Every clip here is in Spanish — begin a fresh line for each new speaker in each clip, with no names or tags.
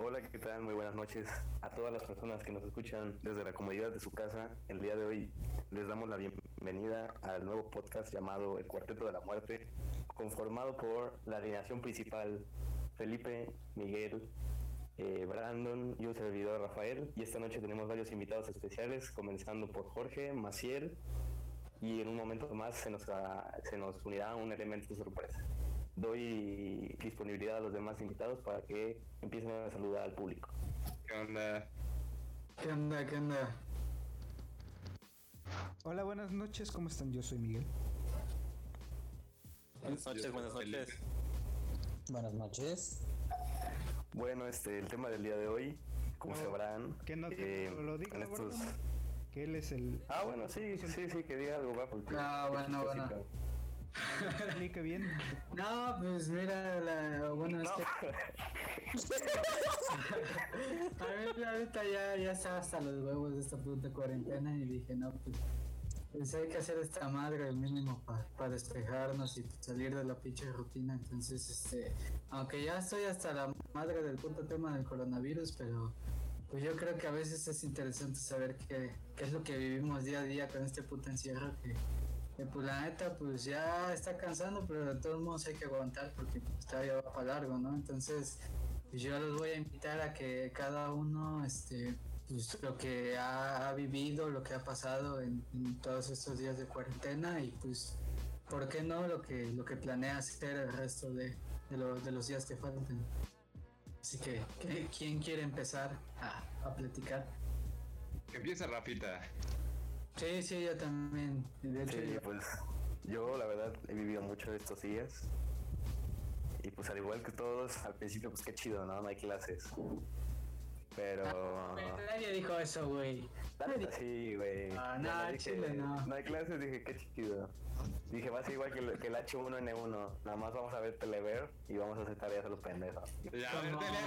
Hola, ¿qué tal? Muy buenas noches a todas las personas que nos escuchan desde la comodidad de su casa. El día de hoy les damos la bienvenida al nuevo podcast llamado El Cuarteto de la Muerte, conformado por la alineación principal Felipe, Miguel, eh, Brandon y un servidor Rafael. Y esta noche tenemos varios invitados especiales, comenzando por Jorge, Maciel y en un momento más se nos, a- se nos unirá un elemento sorpresa. Doy disponibilidad a los demás invitados para que empiecen a saludar al público.
¿Qué onda?
¿Qué onda? ¿Qué onda?
Hola, buenas noches, ¿cómo están? Yo soy Miguel.
Buenas noches, buenas noches.
Buenas noches.
Bueno, este, el tema del día de hoy, como
No,
sabrán,
Que no que
eh,
no lo diga,
en estos-
Gordon, que él es el...
Ah, bueno, sí, sí, sí, que diga algo, va, porque...
Ah, bueno, bueno.
explica bien.
No, pues mira, la, bueno, es que a ver, ahorita ya, ya estaba hasta los huevos de esta puta cuarentena y dije, no, pues, pues hay que hacer esta madre el mínimo para despejarnos y salir de la pinche rutina. Entonces, este, aunque ya estoy hasta la madre del puto tema del coronavirus, pero pues yo creo que a veces es interesante saber qué, qué es lo que vivimos día a día con este puto encierro que... que, pues la neta, pues ya está cansando, pero de todos modos hay que aguantar porque pues, todavía va para largo, ¿no? Entonces, pues yo los voy a invitar a que cada uno, este, pues lo que ha, ha vivido, lo que ha pasado en, en todos estos días de cuarentena y pues, ¿por qué no lo que lo que planea hacer el resto de, de, lo- de los días que faltan? Así que, ¿qué- ¿quién quiere empezar a, a platicar?
Que empieza Rafita.
Sí, sí, yo también. De hecho,
Sí,
yo-
pues yo la verdad he vivido mucho de estos días. Y pues al igual que todos, al principio pues qué chido, ¿no? No hay clases. Pero... Ah.
Nadie dijo eso, güey.
La neta, sí, güey.
Pues, Ah,
Ya
no,
le
chile, no.
hay clases, dije, qué chido. Dije, va a ser igual que el, que el H1N1. Nada más vamos a ver Telever y vamos a hacer tareas a los pendejos.
Ya, a ver,
Pues No.
dele.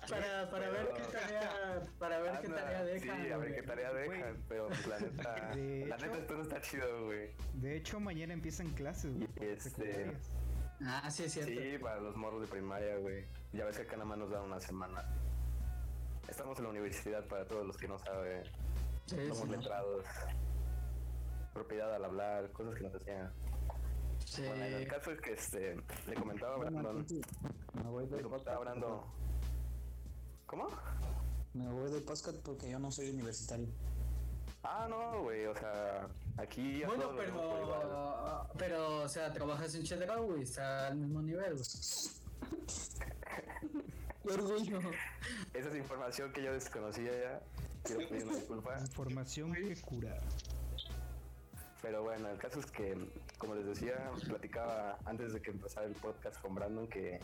para, para ver qué tarea, para ver qué
Anda,
tarea dejan.
Ah, Sí, a ver
güey.
qué tarea dejan.
Güey.
Pero pues, la neta,
De
la
hecho-
neta esto no está chido, güey.
De hecho, mañana empiezan clases, güey.
Y
por
este-
secundarias.
Ah, sí es cierto.
Sí, para los morros de primaria, güey. Ya ves que acá nada más nos da una semana. Estamos en la universidad para todos los que no saben.
Sí,
Somos
sí,
letrados. Propiedad al hablar, cosas que nos enseñan.
sí.
Bueno, el caso es que este, le comentaba a Brandon.
Me voy
Le
del
comentaba a
podcast.
Brandon. ¿Cómo?
Me voy del podcast porque yo no soy universitario.
Ah, no, güey. O sea, aquí. a
Bueno,
todos los vemos por igual.
pero, pero, o sea, trabajas en Chedraui, güey, está al mismo nivel. güey.
¡Qué orgullo!
Esa es información que yo desconocía ya. Quiero pedir una disculpa.
Información que cura.
Pero bueno, el caso es que, como les decía, platicaba antes de que empezara el podcast con Brandon que,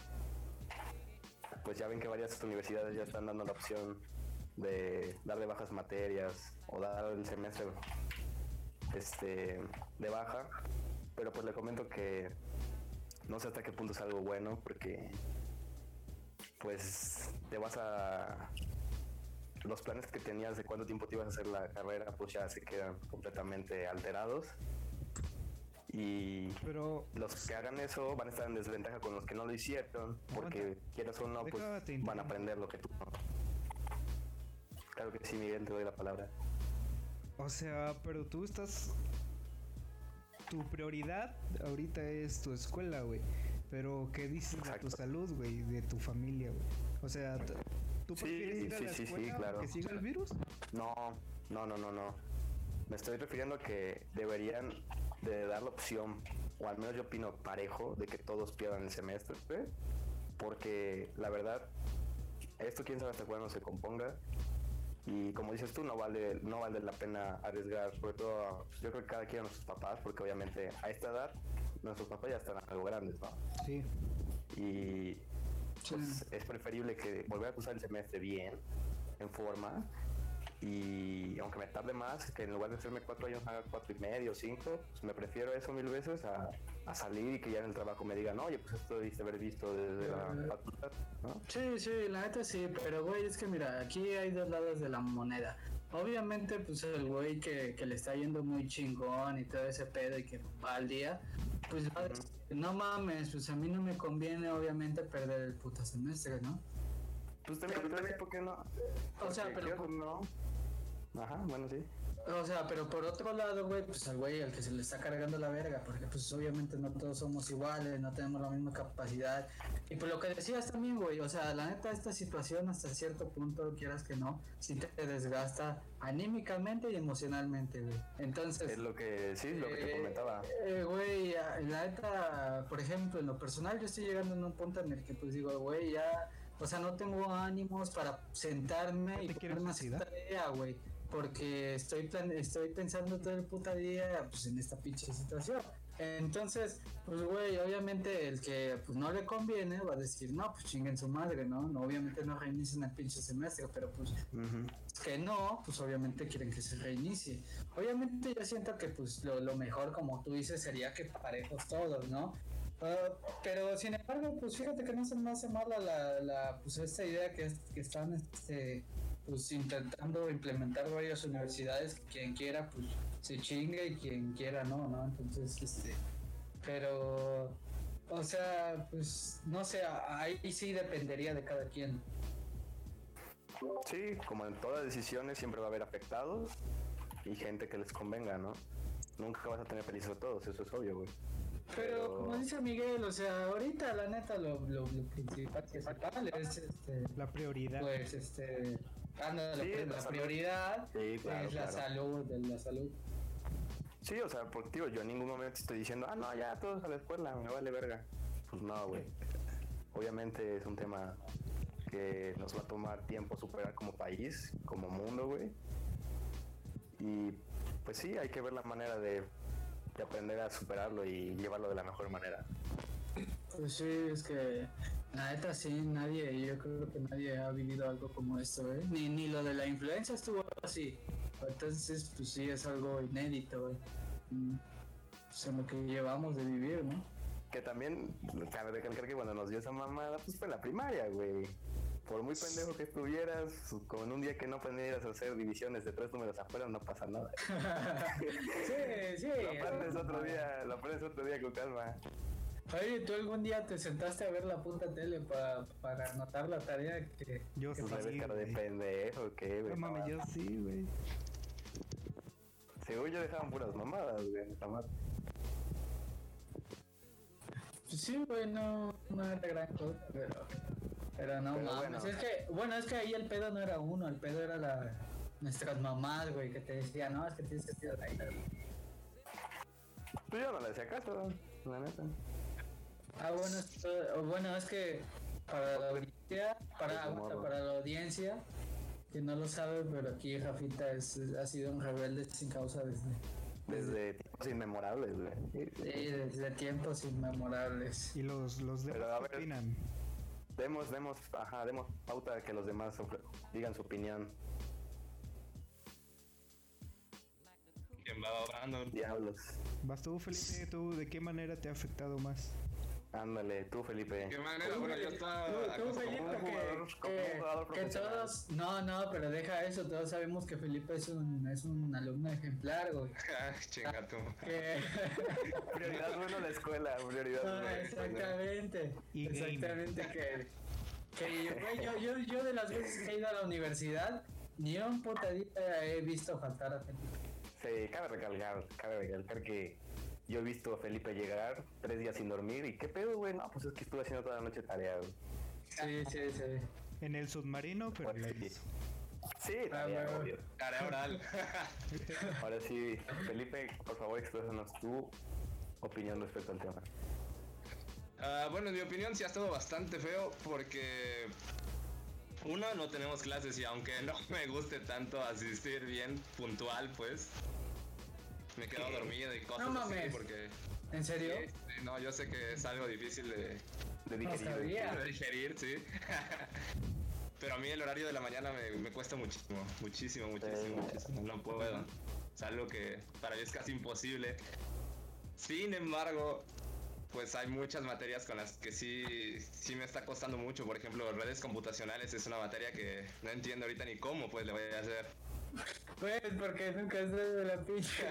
pues ya ven que varias universidades ya están dando la opción de darle bajas materias o dar el semestre este, de baja. Pero pues le comento que no sé hasta qué punto es algo bueno porque, pues, te vas a los planes que tenías de cuánto tiempo te ibas a hacer la carrera, pues ya se quedan completamente alterados. Y
Pero
los que hagan eso van a estar en desventaja con los que no lo hicieron, porque
Aguanta.
quieras o no, pues van a
Déjame te interrumpo.
aprender lo que tú no. Claro que sí, Miguel, te doy la palabra.
O sea, pero tú estás. Tu prioridad ahorita es tu escuela, güey. Pero, ¿qué dices
Exacto.
de tu salud, güey? De tu familia, güey. O sea, t- ¿tú
Sí,
prefieres ir a
sí,
la
sí, sí,
escuela
claro.
que siga el virus?
No, no, no, no, no. Me estoy refiriendo a que deberían de dar la opción, o al menos yo opino parejo, de que todos pierdan el semestre, ¿eh? porque la verdad, esto quién sabe hasta cuándo se componga. Y como dices tú, no vale, no vale la pena arriesgar, sobre todo yo creo que cada quien a nuestros papás, porque obviamente a esta edad nuestros papás ya están algo grandes, ¿no?
Sí.
Y
Sí.
pues, es preferible que volver a cursar el semestre bien, en forma. Y aunque me tarde más, que en lugar de hacerme cuatro años haga cuatro y medio, cinco, pues me prefiero eso mil veces a, a salir y que ya en el trabajo me digan, oye, pues esto debiste haber visto desde la facultad, ¿no?
Sí, sí, la neta sí, pero güey, es que mira, aquí hay dos lados de la moneda. Obviamente, pues el güey que, que le está yendo muy chingón y todo ese pedo y que va al día, Pues va- no mames, pues a mí no me conviene obviamente perder el puto semestre, ¿no?
Pues también, ¿por qué no?
O sea,
Porque
pero-
quieras o no. Ajá, bueno, sí.
O sea, pero por otro lado, güey, pues al güey al que se le está cargando la verga, porque pues obviamente no todos somos iguales, no tenemos la misma capacidad. Y por lo que decías también, güey, o sea, la neta, esta situación hasta cierto punto, quieras que no, sí te desgasta anímicamente y emocionalmente, güey. Entonces...
Es lo que, sí, lo que te
Pues, Eh,
comentaba.
eh, Güey, a- la neta, por ejemplo, en lo personal, yo estoy llegando en un punto en el que, pues digo, güey, ya, o sea, no tengo ánimos para sentarme
¿Ya
y
te quieres
ponerme a hacer
suicidar?
tarea, güey, porque estoy, plan estoy pensando todo el puta día, pues en esta pinche situación. Entonces, pues güey, obviamente el que pues, no le conviene va a decir, no, pues chinguen su madre, ¿no? no obviamente no reinicien el pinche semestre, pero pues
Ujú.
que no, pues obviamente quieren que se reinicie. Obviamente yo siento que pues lo, lo mejor, como tú dices, sería que parejos todos, ¿no? Ah, pero sin embargo, pues fíjate que no se me hace mala la, la, pues esta idea que, es- que están este, pues intentando implementar varias universidades, que quien quiera pues se chingue y quien quiera no, ¿no? Entonces, este, pero, o sea, pues no sé, a- ahí sí dependería de cada quien.
Sí, como en todas decisiones siempre va a haber afectados y gente que les convenga, ¿no? Nunca vas a tener felices a todos, eso es obvio, güey.
Pero como dice Miguel, o sea, ahorita la neta lo, lo, lo principal que se vale es este,
La prioridad.
pues este, ándale,
Sí,
pues,
la
la,
salud.
prioridad
Sí, claro,
es Pues, la
claro.
salud, de la salud.
Sí, o sea, porque tío, yo en ningún momento estoy diciendo, ah, no, ya todos a la escuela, me vale verga. Pues no, güey. Obviamente es un tema que nos va a tomar tiempo superar como país, como mundo, güey. Y pues sí, hay que ver la manera de, de aprender a superarlo y llevarlo de la mejor manera.
Pues sí, es que la neta sí, nadie, yo creo que nadie ha vivido algo como esto, ¿eh? Ni, ni lo de la influencia estuvo así. Entonces, pues sí, es algo inédito, ¿eh? Mm, Pues en lo que llevamos de vivir, ¿no?
Que también, cabe recalcar que cuando nos dio esa mamada, pues fue en la primaria, güey. Por muy pendejo que estuvieras, con un día que no aprendieras a hacer divisiones de tres números afuera, no pasa nada.
sí, sí.
Lo aprendes otro día, lo aprendes otro día con calma.
Oye, ¿tú algún día te sentaste a ver la puta tele pa- para anotar la tarea que...
Yo sí,
Pues me ves cara de
güey.
pendejo, ¿qué, güey?
No mames, yo sí, güey.
Según yo dejaban puras mamadas, güey. nada más.
Pues sí, güey, no, no era gran cosa, pero... Pero no
Pero
mames,
bueno.
es que... Bueno, es que ahí el pedo no era uno, el pedo era la... Nuestras mamás, güey, que te decían, no, es que tienes que estudiar ahí.
Pues yo no le hacía caso, la neta.
Ah, bueno, es, eh, bueno, es que para la audiencia, para, aguanta, para la audiencia, que no lo sabe, pero aquí Rafita es, ha sido un rebelde sin causa desde...
Desde tiempos inmemorables, güey.
Sí, desde tiempos inmemorables.
Y los, los
Pero a
demás
ver.
¿qué opinan.
Demos, demos, ajá, demos pauta de que los demás ofre- digan su opinión.
¿Quién va Brandon?
Diablos.
¿Vas tú, Felipe? ¿Tú de qué manera te ha afectado más?
Ándale, tú, Felipe.
¿Qué manera? Bueno, yo estaba
Tú, tú,
acostumbrado-
un
Felipe,
jugador-
que-
como un jugador
que, que
profesional.
todos, no, no, pero deja eso, todos sabemos que Felipe es un, es un alumno ejemplar, güey.
Ah, chinga tú.
Que-
Prioridad uno la escuela, prioridad uno
No,
la escuela.
exactamente,
Y gamer.
exactamente que, que, güey, yo, yo, yo de las veces que he ido a la universidad, ni un putadita he visto faltar a Felipe.
Sí, cabe recalcar, cabe recalcar que yo he visto a Felipe llegar tres días sin dormir y qué pedo, güey. No, pues es que estuve haciendo toda la noche tarea, güey.
Sí, sí, sí.
En el submarino, pero
Pues
la
sí.
hizo.
Sí,
Ah,
tarea,
bueno.
obvio.
Tarea oral.
Ahora sí, Felipe, por favor, exprésanos tu opinión respecto al tema.
Ah, bueno, en mi opinión sí ha estado bastante feo porque uno no tenemos clases y aunque no me guste tanto asistir bien puntual, pues me quedo dormido y cosas
No
así
mames.
porque
¿En serio?
Sí, no, yo sé que es algo difícil de,
De
No
digerido.
sabía.
de digerir, sí. Pero a mí el horario de la mañana me, me cuesta muchísimo, muchísimo, muchísimo, muchísimo. No puedo. Es algo que para mí es casi imposible. Sin embargo, pues hay muchas materias con las que sí, sí me está costando mucho. Por ejemplo, redes computacionales es una materia que no entiendo ahorita ni cómo pues le voy a hacer.
Pues porque nunca has de la pinche.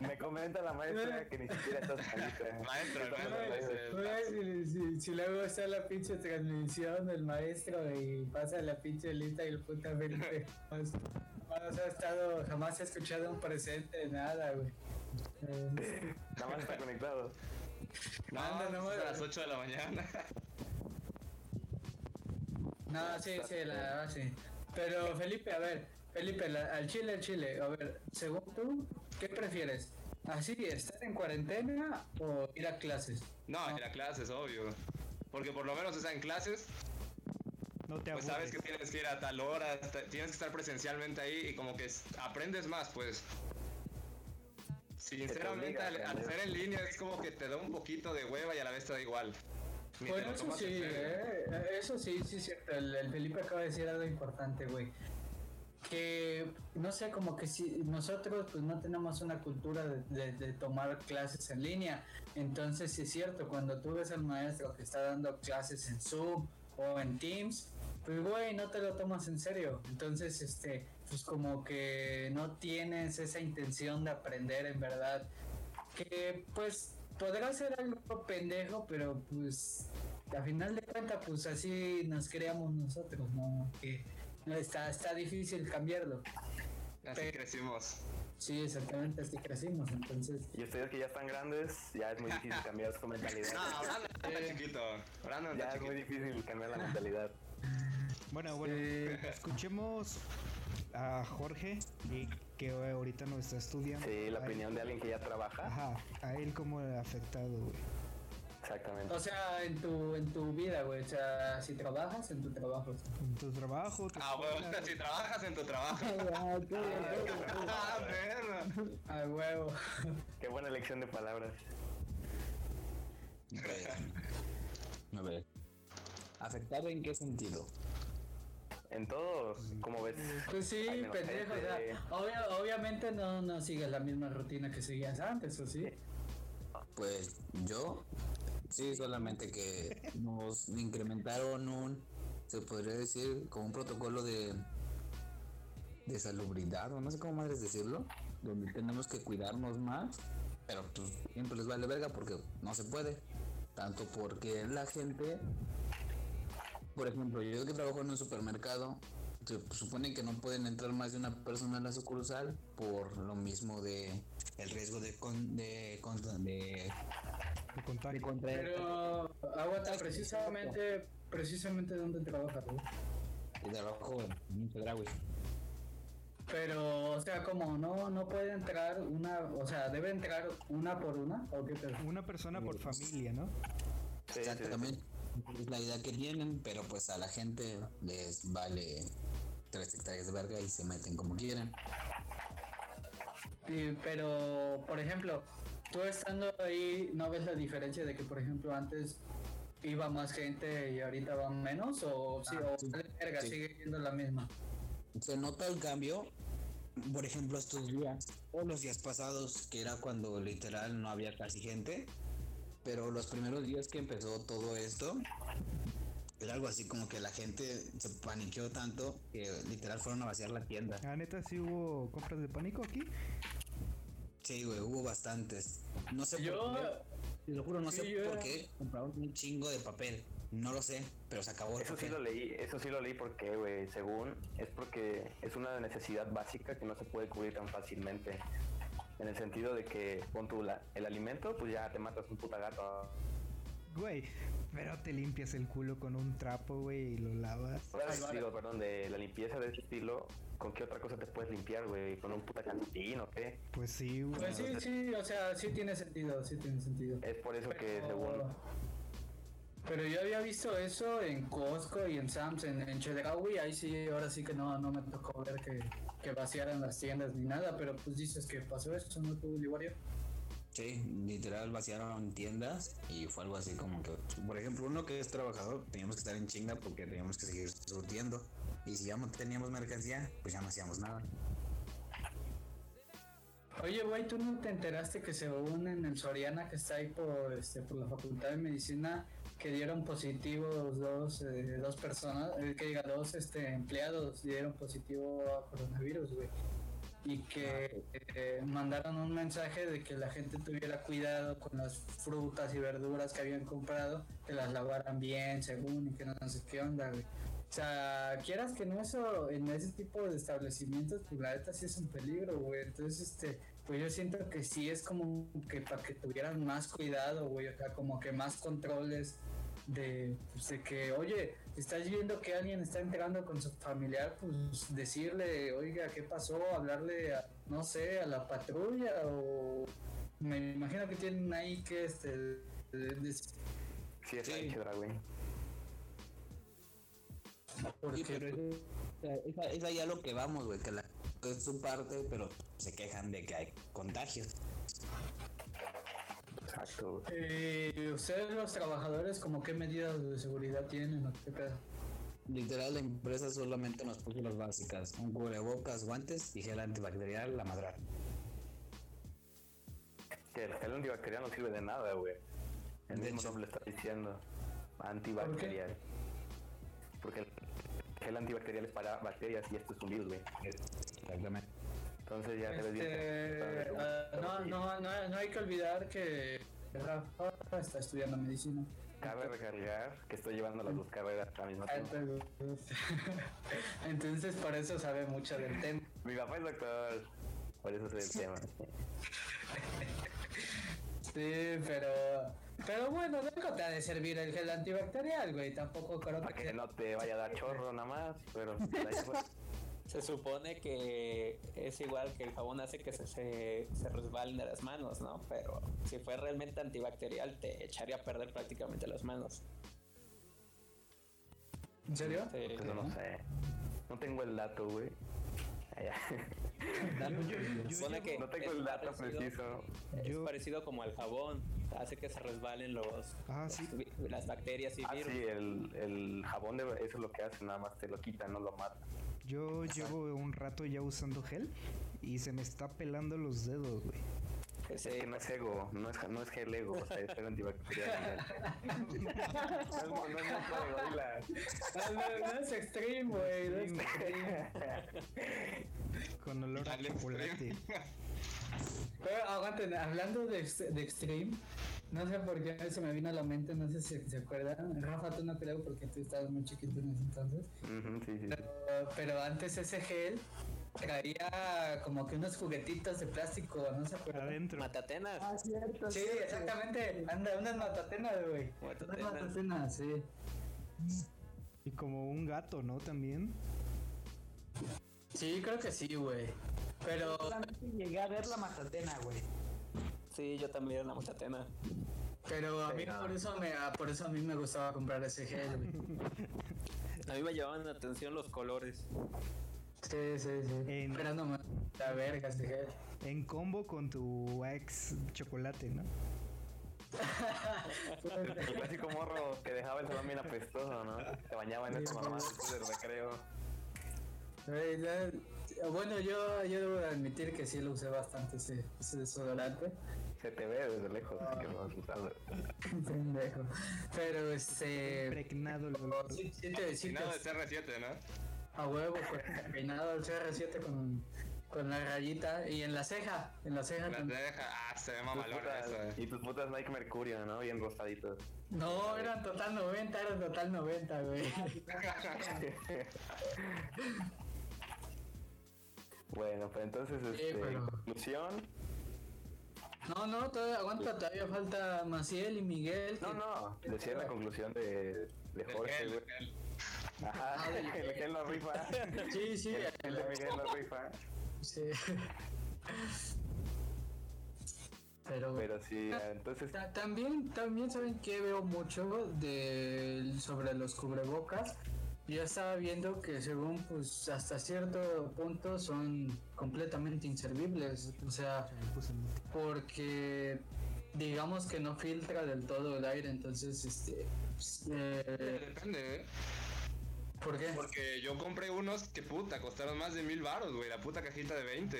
Me comenta la
Ah.
maestra que ni siquiera estás ¿eh? malita.
Maestro, pues, eh,
Güey, pues, si, si- si luego está la pinche transmisión del maestro y pasa la pinche lista y el puta Felipe jamás, jamás ha estado, jamás ha escuchado un presente, nada, güey. Eh,
Nada más está conectado.
No,
Manda, no,
no, a
güey.
las 8 de la mañana.
No, sí, sí, la verdad sí. Pero Felipe, a ver, Felipe, la- al Chile, al Chile, a ver, según tú, ¿qué prefieres? ¿Así estar en cuarentena o ir a clases?
No, ir a clases, obvio. Porque por lo menos, o sea, en clases,
No te
pues
aburres.
sabes que tienes que ir a tal hora, hasta- tienes que estar presencialmente ahí y como que es- aprendes más, pues. Sinceramente,
obliga a
al, al
aprender.
ser en línea es como que te da un poquito de hueva y a la vez te da igual. Ni te
Bueno,
lo
eso
tomas en
sí,
serio.
eh, eso sí, sí es cierto. El, el Felipe acaba de decir algo importante, güey. Que, no sé, como que si nosotros pues no tenemos una cultura de, de- de tomar clases en línea. Entonces, sí es cierto, cuando tú ves al maestro que está dando clases en Zoom o en Teams, pues, güey, no te lo tomas en serio. Entonces, este, pues como que no tienes esa intención de aprender en verdad que pues podrá ser algo pendejo, pero pues a final de cuentas pues así nos creamos nosotros, ¿no? Que no, está, está difícil cambiarlo.
Así crecimos.
Sí, exactamente, así crecimos, entonces...
Y ustedes que ya están grandes, ya es muy difícil cambiar su mentalidad.
No, Brandon está
Eh,
chiquito. Brandon
ya
está
es muy
chiquito.
difícil cambiar la mentalidad.
Bueno, bueno, eh,
Sí.
escuchemos a Jorge, y que ahorita no está estudiando.
Sí, la
A él-
opinión de alguien que ya trabaja.
Ajá, a él como le ha afectado, güey.
Exactamente.
O sea, en tu, en tu vida, güey, o sea, si trabajas, en tu trabajo.
En tu trabajo, tu
Ah,
escuela,
bueno, si trabajas en tu trabajo. Ah, bueno.
Ah, A huevo.
Qué buena elección de palabras.
A ver. A ver. ¿Afectar en qué sentido?
En todo, como ves.
Pues sí,
Ay, me lo
pendejo, o sea,
parece.
obvia- obviamente no, no sigues la misma rutina que seguías antes, ¿o sí?
Pues yo, sí, solamente que nos incrementaron un, se podría decir, como un protocolo de, de salubridad, o no sé cómo madres decirlo, donde tenemos que cuidarnos más, pero pues, siempre les vale verga porque no se puede. Tanto porque la gente, por ejemplo, yo que trabajo en un supermercado, se supone que no pueden entrar más de una persona a la sucursal por lo mismo de el riesgo de con- de, con- de
tu contacto.
de contraer-
Pero, aguanta, precisamente, precisamente dónde trabajas, güey.
de trabajo en Instagram, güey.
Pero, o sea, como no, no puede entrar una, o sea, debe entrar una por una, o qué pedo?
Una persona por familia, ¿no?
Sí, sí, sí.
Exactamente. Es la idea que tienen, pero pues a la gente les vale tres hectáreas de verga y se meten como quieran.
Y- pero, por ejemplo, tú estando ahí, ¿no ves la diferencia de que, por ejemplo, antes iba más gente y ahorita van menos? ¿O sí,
Ah,
o
sí.
vale verga,
Sí.
sigue siendo la misma?
Se nota el cambio, por ejemplo, estos días o los días pasados, que era cuando literal no había casi gente, pero los primeros días que empezó todo esto, era algo así como que la gente se paniqueó tanto que literal fueron a vaciar la tienda.
La neta, sí hubo compras de pánico aquí.
Sí, güey, hubo bastantes. No sé
Yo,
por qué. Te lo juro, no
Sí,
sé
yo
por
era-
qué compraron un chingo de papel. No lo sé, pero se acabó el
Eso sí
papel.
lo leí, eso sí lo leí porque, güey, según es porque es una necesidad básica que no se puede cubrir tan fácilmente. En el sentido de que con tu la- el alimento, pues ya te matas un puta gato.
Güey, pero te limpias el culo con un trapo, güey, y lo lavas.
Ahora,
Ay, vale.
digo, perdón, de la limpieza de ese estilo, ¿con qué otra cosa te puedes limpiar, güey? ¿Con un puta calcetín o qué?
Pues sí, güey.
pues sí, sí, o sea, sí tiene sentido, sí tiene sentido.
Es por eso que
Pero-
según...
Pero yo había visto eso en Costco y en Sam's, en, en Chedraui, ahí sí, ahora sí que no, no me tocó ver que, que vaciaran las tiendas ni nada, pero pues dices que pasó eso, ¿no tuvo Liborio?
Sí, literal vaciaron tiendas y fue algo así como que. Por ejemplo, uno que es trabajador, teníamos que estar en chinga porque teníamos que seguir surtiendo. Y si ya no teníamos mercancía, pues ya no hacíamos nada.
Oye, güey, ¿tú no te enteraste que según en el Soriana que está ahí por, este, por la Facultad de Medicina, que dieron positivos dos, eh, dos personas, eh, que diga, dos este, empleados dieron positivo a coronavirus, güey? y que eh, mandaron un mensaje de que la gente tuviera cuidado con las frutas y verduras que habían comprado, que las lavaran bien, según, y que no, no sé qué onda, güey. O sea, quieras que no, eso en ese tipo de establecimientos, pues la neta sí es un peligro, güey. Entonces, este, pues yo siento que sí es como que para que tuvieran más cuidado, güey. O sea, como que más controles de, pues, de que, oye, estás viendo que alguien está entrando con su familiar, pues decirle, oiga, ¿qué pasó? Hablarle, a, no sé, a la patrulla o... Me imagino que tienen ahí que, este, de- de-
Sí, es
Sí.
la chedra, güey.
Sí,
porque...
pero es, o sea, es, a- es allá lo que vamos, güey, que la, es su parte, pero se quejan de que hay contagios.
Exacto, güey.
Eh, ¿Ustedes los trabajadores como qué medidas de seguridad tienen o qué pedo?
Literal, la empresa solamente nos puso las básicas: un cubrebocas, guantes y gel antibacterial, la madrar.
Que el gel antibacterial no sirve de nada, güey. El
De
mismo
hecho.
nombre está diciendo. Antibacterial. Porque el gel antibacterial es para bacterias y esto es un virus, güey.
Exactamente.
Entonces ya te
Este, ah, no, no, no, no hay que olvidar que Rafa está estudiando medicina.
Cabe recargar que estoy llevando las dos carreras al mismo tiempo.
Entonces, entonces por eso sabe mucho del tema.
Mi papá es doctor. Por eso es el tema.
Sí, pero... Pero bueno, nunca te ha de servir el gel antibacterial, güey. Tampoco creo
Para Ah, que
que...
no te vaya a dar chorro nada más, pero ahí fue.
Se supone que es igual que el jabón hace que se, se, se resbalen de las manos, ¿no? Pero si fue realmente antibacterial, te echaría a perder prácticamente las manos.
¿En serio?
Sí.
Eso pues no sé. No tengo el dato, güey. Ah, ya.
Se supone que
No tengo
es
el dato
parecido-
preciso.
Es
Yo-
parecido como al jabón, hace que se resbalen los,
Ah,
los
sí.
vi- las bacterias y
Ah,
virus.
sí, el, el jabón de eso es lo que hace, nada más te lo quita, no lo mata.
Yo llevo un rato ya usando gel y se me está pelando los dedos, güey.
Que
Es
se-
que no es ego, no es, no es gel ego, o sea, es el antibacterial. no es mo- no es moco de gorila.
No, Ah, no, no es extreme, güey. no es extreme.
Con olor a
Dale,
chocolate.
Pero aguanten, hablando de, ex- de Extreme, no sé por qué se me vino a la mente, no sé si se acuerdan. Rafa, tú no creo porque tú estabas muy chiquito en ese entonces.
Ujú, sí, sí.
Pero, pero antes ese gel traía como que unos juguetitos de plástico, ¿no se acuerdan?
Adentro.
Matatenas.
Ah,
Sí, exactamente. Anda, unas matatenas, güey. Unas
Matatenas.
matatenas, sí.
Y como un gato, ¿no? También.
Sí, creo que sí, güey. Pero
Llegué a ver la matatena, güey.
Sí, yo también la matatena.
pero a mí por eso me a- por eso a mí me gustaba comprar ese gel, güey.
A mí me llamaban la atención los colores.
Sí, sí, sí.
En-
Pero no me la verga ese gel.
En combo con tu ex chocolate, ¿no?
El clásico morro que dejaba el salón bien apestoso, ¿no? Se bañaba en eso nomás después del recreo.
Güey, ya- Bueno, yo, yo debo de admitir que sí lo usé bastante ese, ese desodorante.
Se te ve desde lejos, así que lo has usado.
Pendejo. Pero este.
Impregnado el olor.
Sí, sí te- sí
Y
te-
nada de CR7, ¿no?
a huevo, con peinado al CR7 con, con la rayita. Y en la ceja. En la ceja
La
también.
deja. Ah, se ve
Tus
mamalona eh.
putas-
esa.
y tus putas Nike Mercurio, ¿no? Bien rosaditos.
No, eran total 90, eran total 90, güey.
bueno, pues entonces, este,
pero-
en conclusión.
No, no, todavía, aguanta, todavía falta Maciel y Miguel. que-
No, no, decía la conclusión de, de
Del
Jorge,
gel,
güey.
del gel.
Ajá, el gel no rifa.
Ah, Sí, sí,
El gel de Miguel no rifa.
sí. Pero,
Pero sí, entonces,
Ta- También, también saben que veo mucho de, sobre los cubrebocas. Yo estaba viendo que según pues hasta cierto punto son completamente inservibles. O sea, porque digamos que no filtra del todo el aire, entonces este pues, eh,
Depende, ¿eh?
¿por qué?
Porque yo compré unos que puta, costaron más de mil baros, güey. La puta cajita de 20.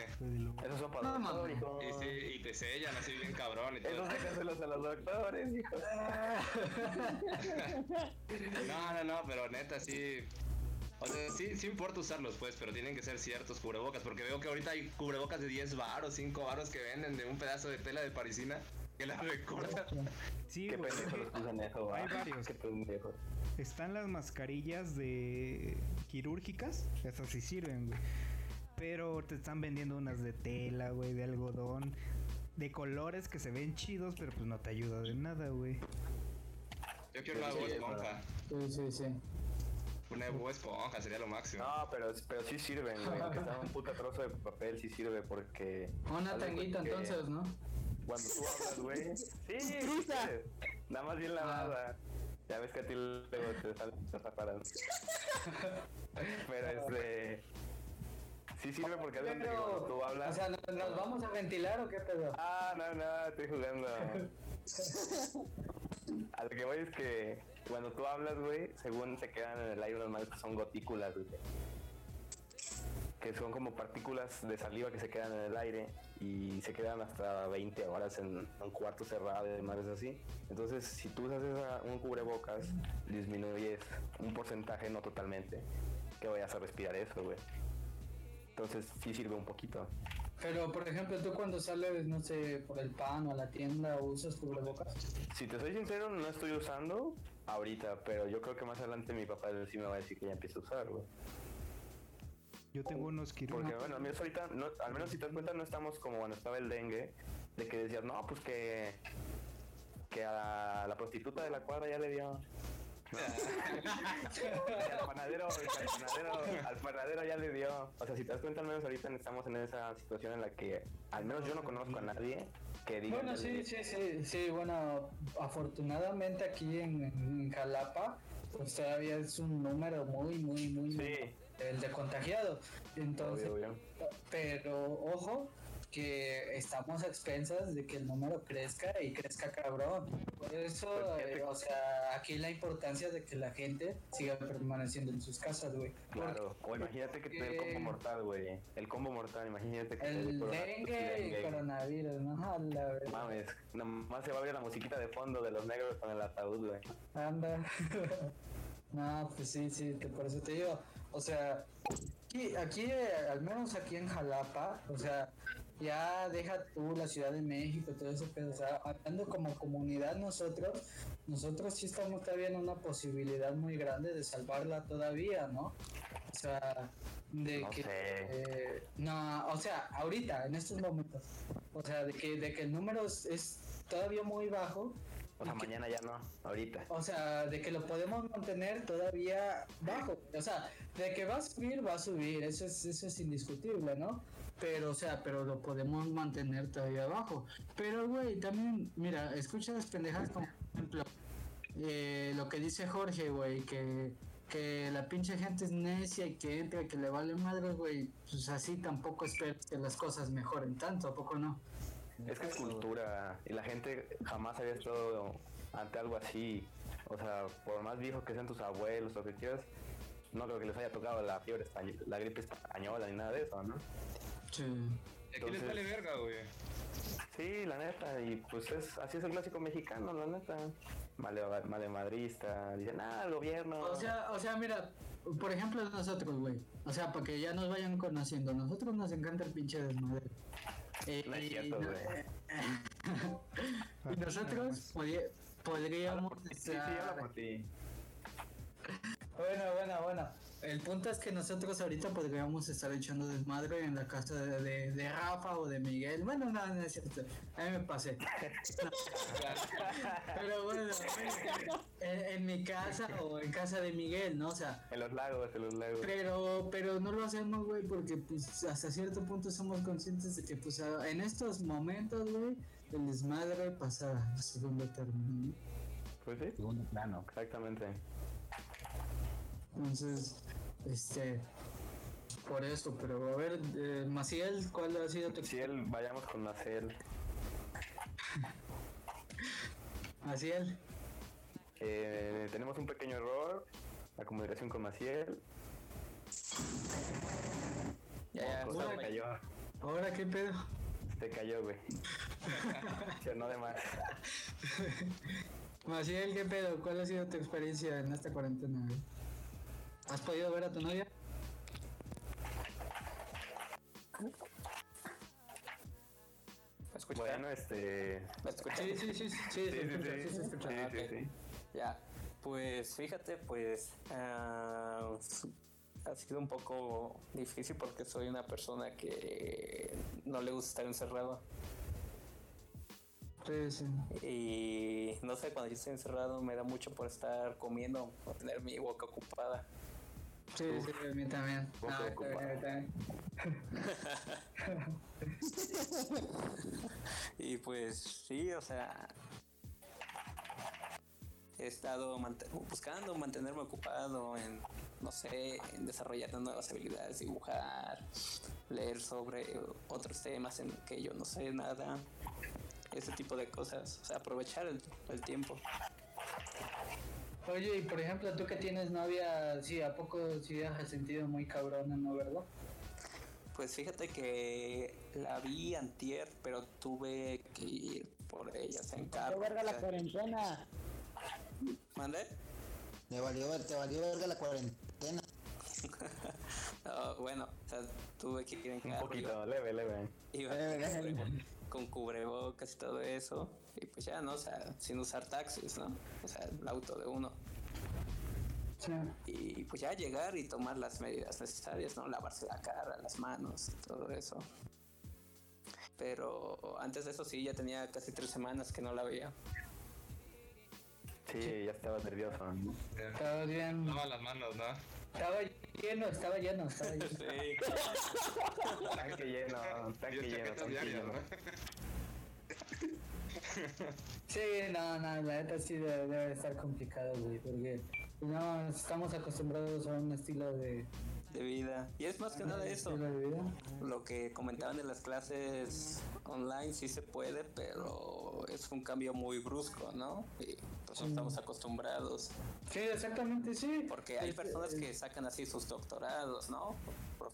esos son para
No,
los
mami.
doctores, hijo.
Y, sí, y te sellan así bien cabrón y todo.
Esos déjaselos a los doctores, hijo.
Ah.
No, no, no, pero neta, sí. O sea, sí, sí importa usarlos, pues, pero tienen que ser ciertos cubrebocas. Porque veo que ahorita hay cubrebocas de 10 baros, 5 baros que venden de un pedazo de tela de parisina que la recorta.
Sí,
Qué
güey.
pendejos los usan eso, va.
Hay varios.
Qué pendejos.
Están las mascarillas de quirúrgicas, esas sí sirven, güey. Pero te están vendiendo unas de tela, güey, de algodón, de colores que se ven chidos, pero pues no te ayuda de nada, güey.
Yo quiero una
Sí,
de Bob
sí,
esponja.
Sí, sí, sí.
Una de Bob esponja sería lo máximo.
No, pero, pero sí sirven, güey. Aunque sea un puta trozo de papel, sí sirve porque.
Una
haz de
tanguita
cuenta que
entonces, ¿no?
Cuando tú hablas, güey. Sí, sí, sirve. Nada más
Ah.
bien lavada. Ya ves que a ti luego te salen las zaparas. Pero este. Sí sirve porque haz de cuenta que cuando tú hablas.
O sea, ¿nos, nos vamos a ventilar o qué pedo?
Ah, no, no, estoy jugando. A lo que voy es que cuando tú hablas, güey, según se quedan en el aire normal, que son gotículas, güey. Que son como partículas de saliva que se quedan en el aire y se quedan hasta 20 horas en un cuarto cerrado y demás, es así. Entonces, si tú usas esa- un cubrebocas, disminuyes un porcentaje, no totalmente, que vayas a respirar eso, güey. Entonces, sí sirve un poquito.
Pero, por ejemplo, tú cuando sales, no sé, por el pan o a la tienda, usas cubrebocas.
Si te soy sincero, no estoy usando ahorita, pero yo creo que más adelante mi papá sí me va a decir que ya empieza a usar, güey.
Yo tengo unos
Porque
quirúrgicos.
bueno, a mí ahorita, no, al menos si te das cuenta, no estamos como cuando estaba el dengue, de que decías, no, pues que, que a la, la prostituta de la cuadra ya le dio. Y al panadero, al panadero, al panadero ya le dio. O sea, si te das cuenta, al menos ahorita estamos en esa situación en la que, al menos yo no conozco a nadie que diga.
Bueno,
ya le
sí,
dio.
sí, sí, sí, bueno, afortunadamente aquí en, en Jalapa, pues todavía es un número muy, muy, muy,
Sí,
el de contagiados. Entonces,
obvio, obvio.
pero ojo que estamos a expensas de que el número crezca y crezca cabrón. Por eso,
Pues, fíjate.
eh, o sea, aquí la importancia de que la gente siga permaneciendo en sus casas, güey.
Claro, o imagínate que te dé el combo
Eh,
mortal, güey. El combo mortal, imagínate que
Porque
te dé
el
corona-
dengue y
dengue.
coronavirus, ¿no? A la verga.
Mames, nomás se va a abrir la musiquita de fondo de los negros con el ataúd, güey.
Anda. no, pues sí, sí, que por eso te digo. O sea, aquí, aquí eh, al menos aquí en Jalapa, o sea, ya deja tú la Ciudad de México, todo ese pedo. O sea, hablando como comunidad nosotros, nosotros sí estamos todavía en una posibilidad muy grande de salvarla todavía, ¿no? O sea, de
No
que...
sé.
eh, no, o sea, ahorita, en estos momentos. O sea, de que, de que el número es, es todavía muy bajo.
O sea,
y que-
mañana ya no, ahorita.
o sea, de que lo podemos mantener todavía bajo. O sea, de que va a subir, va a subir. Eso es, eso es indiscutible, ¿no? Pero, o sea, pero lo podemos mantener todavía bajo. Pero, güey, también, mira, escucha las pendejas como, por ejemplo, eh, lo que dice Jorge, güey, que, que la pinche gente es necia y que entra, y que le vale madre, güey. Pues así tampoco esperas que las cosas mejoren tanto, ¿a poco no?
Es que es cultura y la gente jamás había estado ante algo así. O sea, por más viejos que sean tus abuelos o que quieras, no creo que les haya tocado la fiebre española, la gripe española ni nada de eso, ¿no?
Sí.
Y Aquí les vale verga, güey.
Sí, la neta, y pues es, así es el clásico mexicano, la neta. Vale, vale madrista, dicen, ah, el gobierno.
O sea, o sea, mira, por ejemplo nosotros, güey. O sea, para que ya nos vayan conociendo. Nosotros nos encanta el pinche desmadre. Eh,
No es cierto,
y no-
güey.
y nosotros podi- podríamos
Sí, sí, habla
estar-
por ti.
Bueno, bueno, bueno. El punto es que nosotros ahorita podríamos estar echando desmadre en la casa de, de- de Rafa o de Miguel. Bueno, no, no es cierto. A mí me pasé. Pero bueno, en, en mi casa o en casa de Miguel, ¿no? O sea,
En los lagos, en los lagos.
Pero, pero no lo hacemos, güey, porque pues hasta cierto punto somos conscientes de que pues a- en estos momentos, güey, el desmadre pasa a segundo término. ¿no?
Pues sí,
Segundo plano.
exactamente.
Entonces, este, por eso, pero a ver, eh, Maciel, ¿cuál ha sido tu
Si él, vayamos con Marcel.
Maciel?
Eh, tenemos un pequeño error. La comunicación con Maciel.
Eh,
Ya, ya,
O sea,
no,
se cayó.
Ahora qué pedo.
Se cayó, güey. Se no de más.
Maciel, ¿qué pedo? ¿Cuál ha sido tu experiencia en esta cuarentena? güey? ¿Has podido ver a tu novia?
¿Me escuchas?
Bueno, este.
¿Me escuchas?
Sí, sí, sí, sí, sí, Ah, se escucha, sí, se escucha.
sí, sí,
ok.
sí.
Ya, pues fíjate, pues ah, ha sido un poco difícil porque soy una persona que no le gusta estar encerrado.
Sí, sí.
Y no sé, cuando yo estoy encerrado me da mucho por estar comiendo o tener mi boca ocupada.
Sí, sí, a mí también.
poco
Ah,
ocupado.
a mí también.
Y pues sí, o sea, he estado mant- buscando mantenerme ocupado en, no sé, en desarrollar nuevas habilidades, dibujar, leer sobre otros temas en que yo no sé nada, ese tipo de cosas, o sea, aprovechar el, el tiempo.
Oye, y por ejemplo, tú que tienes novia, sí, ¿a poco sí has sentido muy cabrona, no, verdad?
Pues fíjate que la vi antier, pero tuve que ir por ellas en
¡Qué
carro.
verga
o
la
sea,
cuarentena!
¿Mandé?
Te valió, ver- te valió verga la cuarentena.
No, Oh, bueno, o sea, tuve que ir en
Un
carro.
poquito, leve, leve.
iba con, cubre- con cubrebocas y todo eso. Y pues ya, ¿no? O sea, sin usar taxis, ¿no? O sea, el auto de uno.
Sí.
Y pues ya llegar y tomar las medidas necesarias, ¿no? Lavarse la cara, las manos, todo eso. Pero antes de eso sí, ya tenía casi tres semanas que no la veía.
Sí, ya estaba nervioso.
Estaba bien.
Lava las manos, ¿no?
Estaba lleno, estaba lleno, estaba lleno.
Sí,
Tanque lleno, tanque
Diez
lleno,
chaquetas
tanque
diarias,
lleno.
¿no?
Sí, no, no, la neta sí debe, debe de estar complicado, güey, porque no estamos acostumbrados a un estilo de,
de vida. Y es más que
a un
nada eso.
estilo de vida.
Lo que comentaban en las clases online sí se puede, pero es un cambio muy brusco, ¿no? Y pues no estamos acostumbrados.
Sí, exactamente, sí.
Porque hay
Este,
personas que sacan así sus doctorados, ¿no?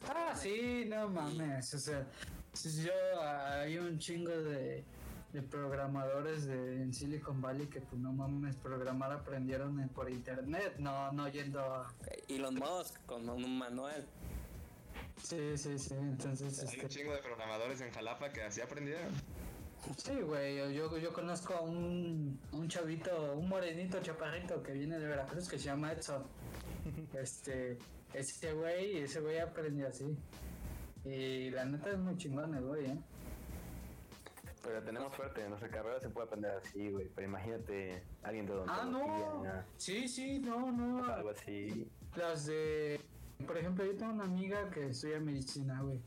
Ah, sí, no mames, o sea, si yo ah, hay un chingo de, de programadores de, en Silicon Valley que pues no mames, programar aprendieron en- por internet, no, no yendo a...
Elon Musk con un manual.
Sí, sí, sí, entonces...
Hay un
Este,
chingo de programadores en Jalapa que así aprendieron.
Sí, güey, yo- yo, yo conozco a un, un chavito, un morenito chaparrito que viene de Veracruz que se llama Edson. Este, ese güey, ese güey aprendió así. Y la neta es muy chingón el güey, ¿eh?
Pero tenemos suerte, en nuestra carrera se puede aprender así, güey. Pero imagínate alguien de
Ah, no.
odontología,
Sí, sí, no, no.
algo así.
Las de. Por ejemplo, yo tengo una amiga que estudia medicina, güey.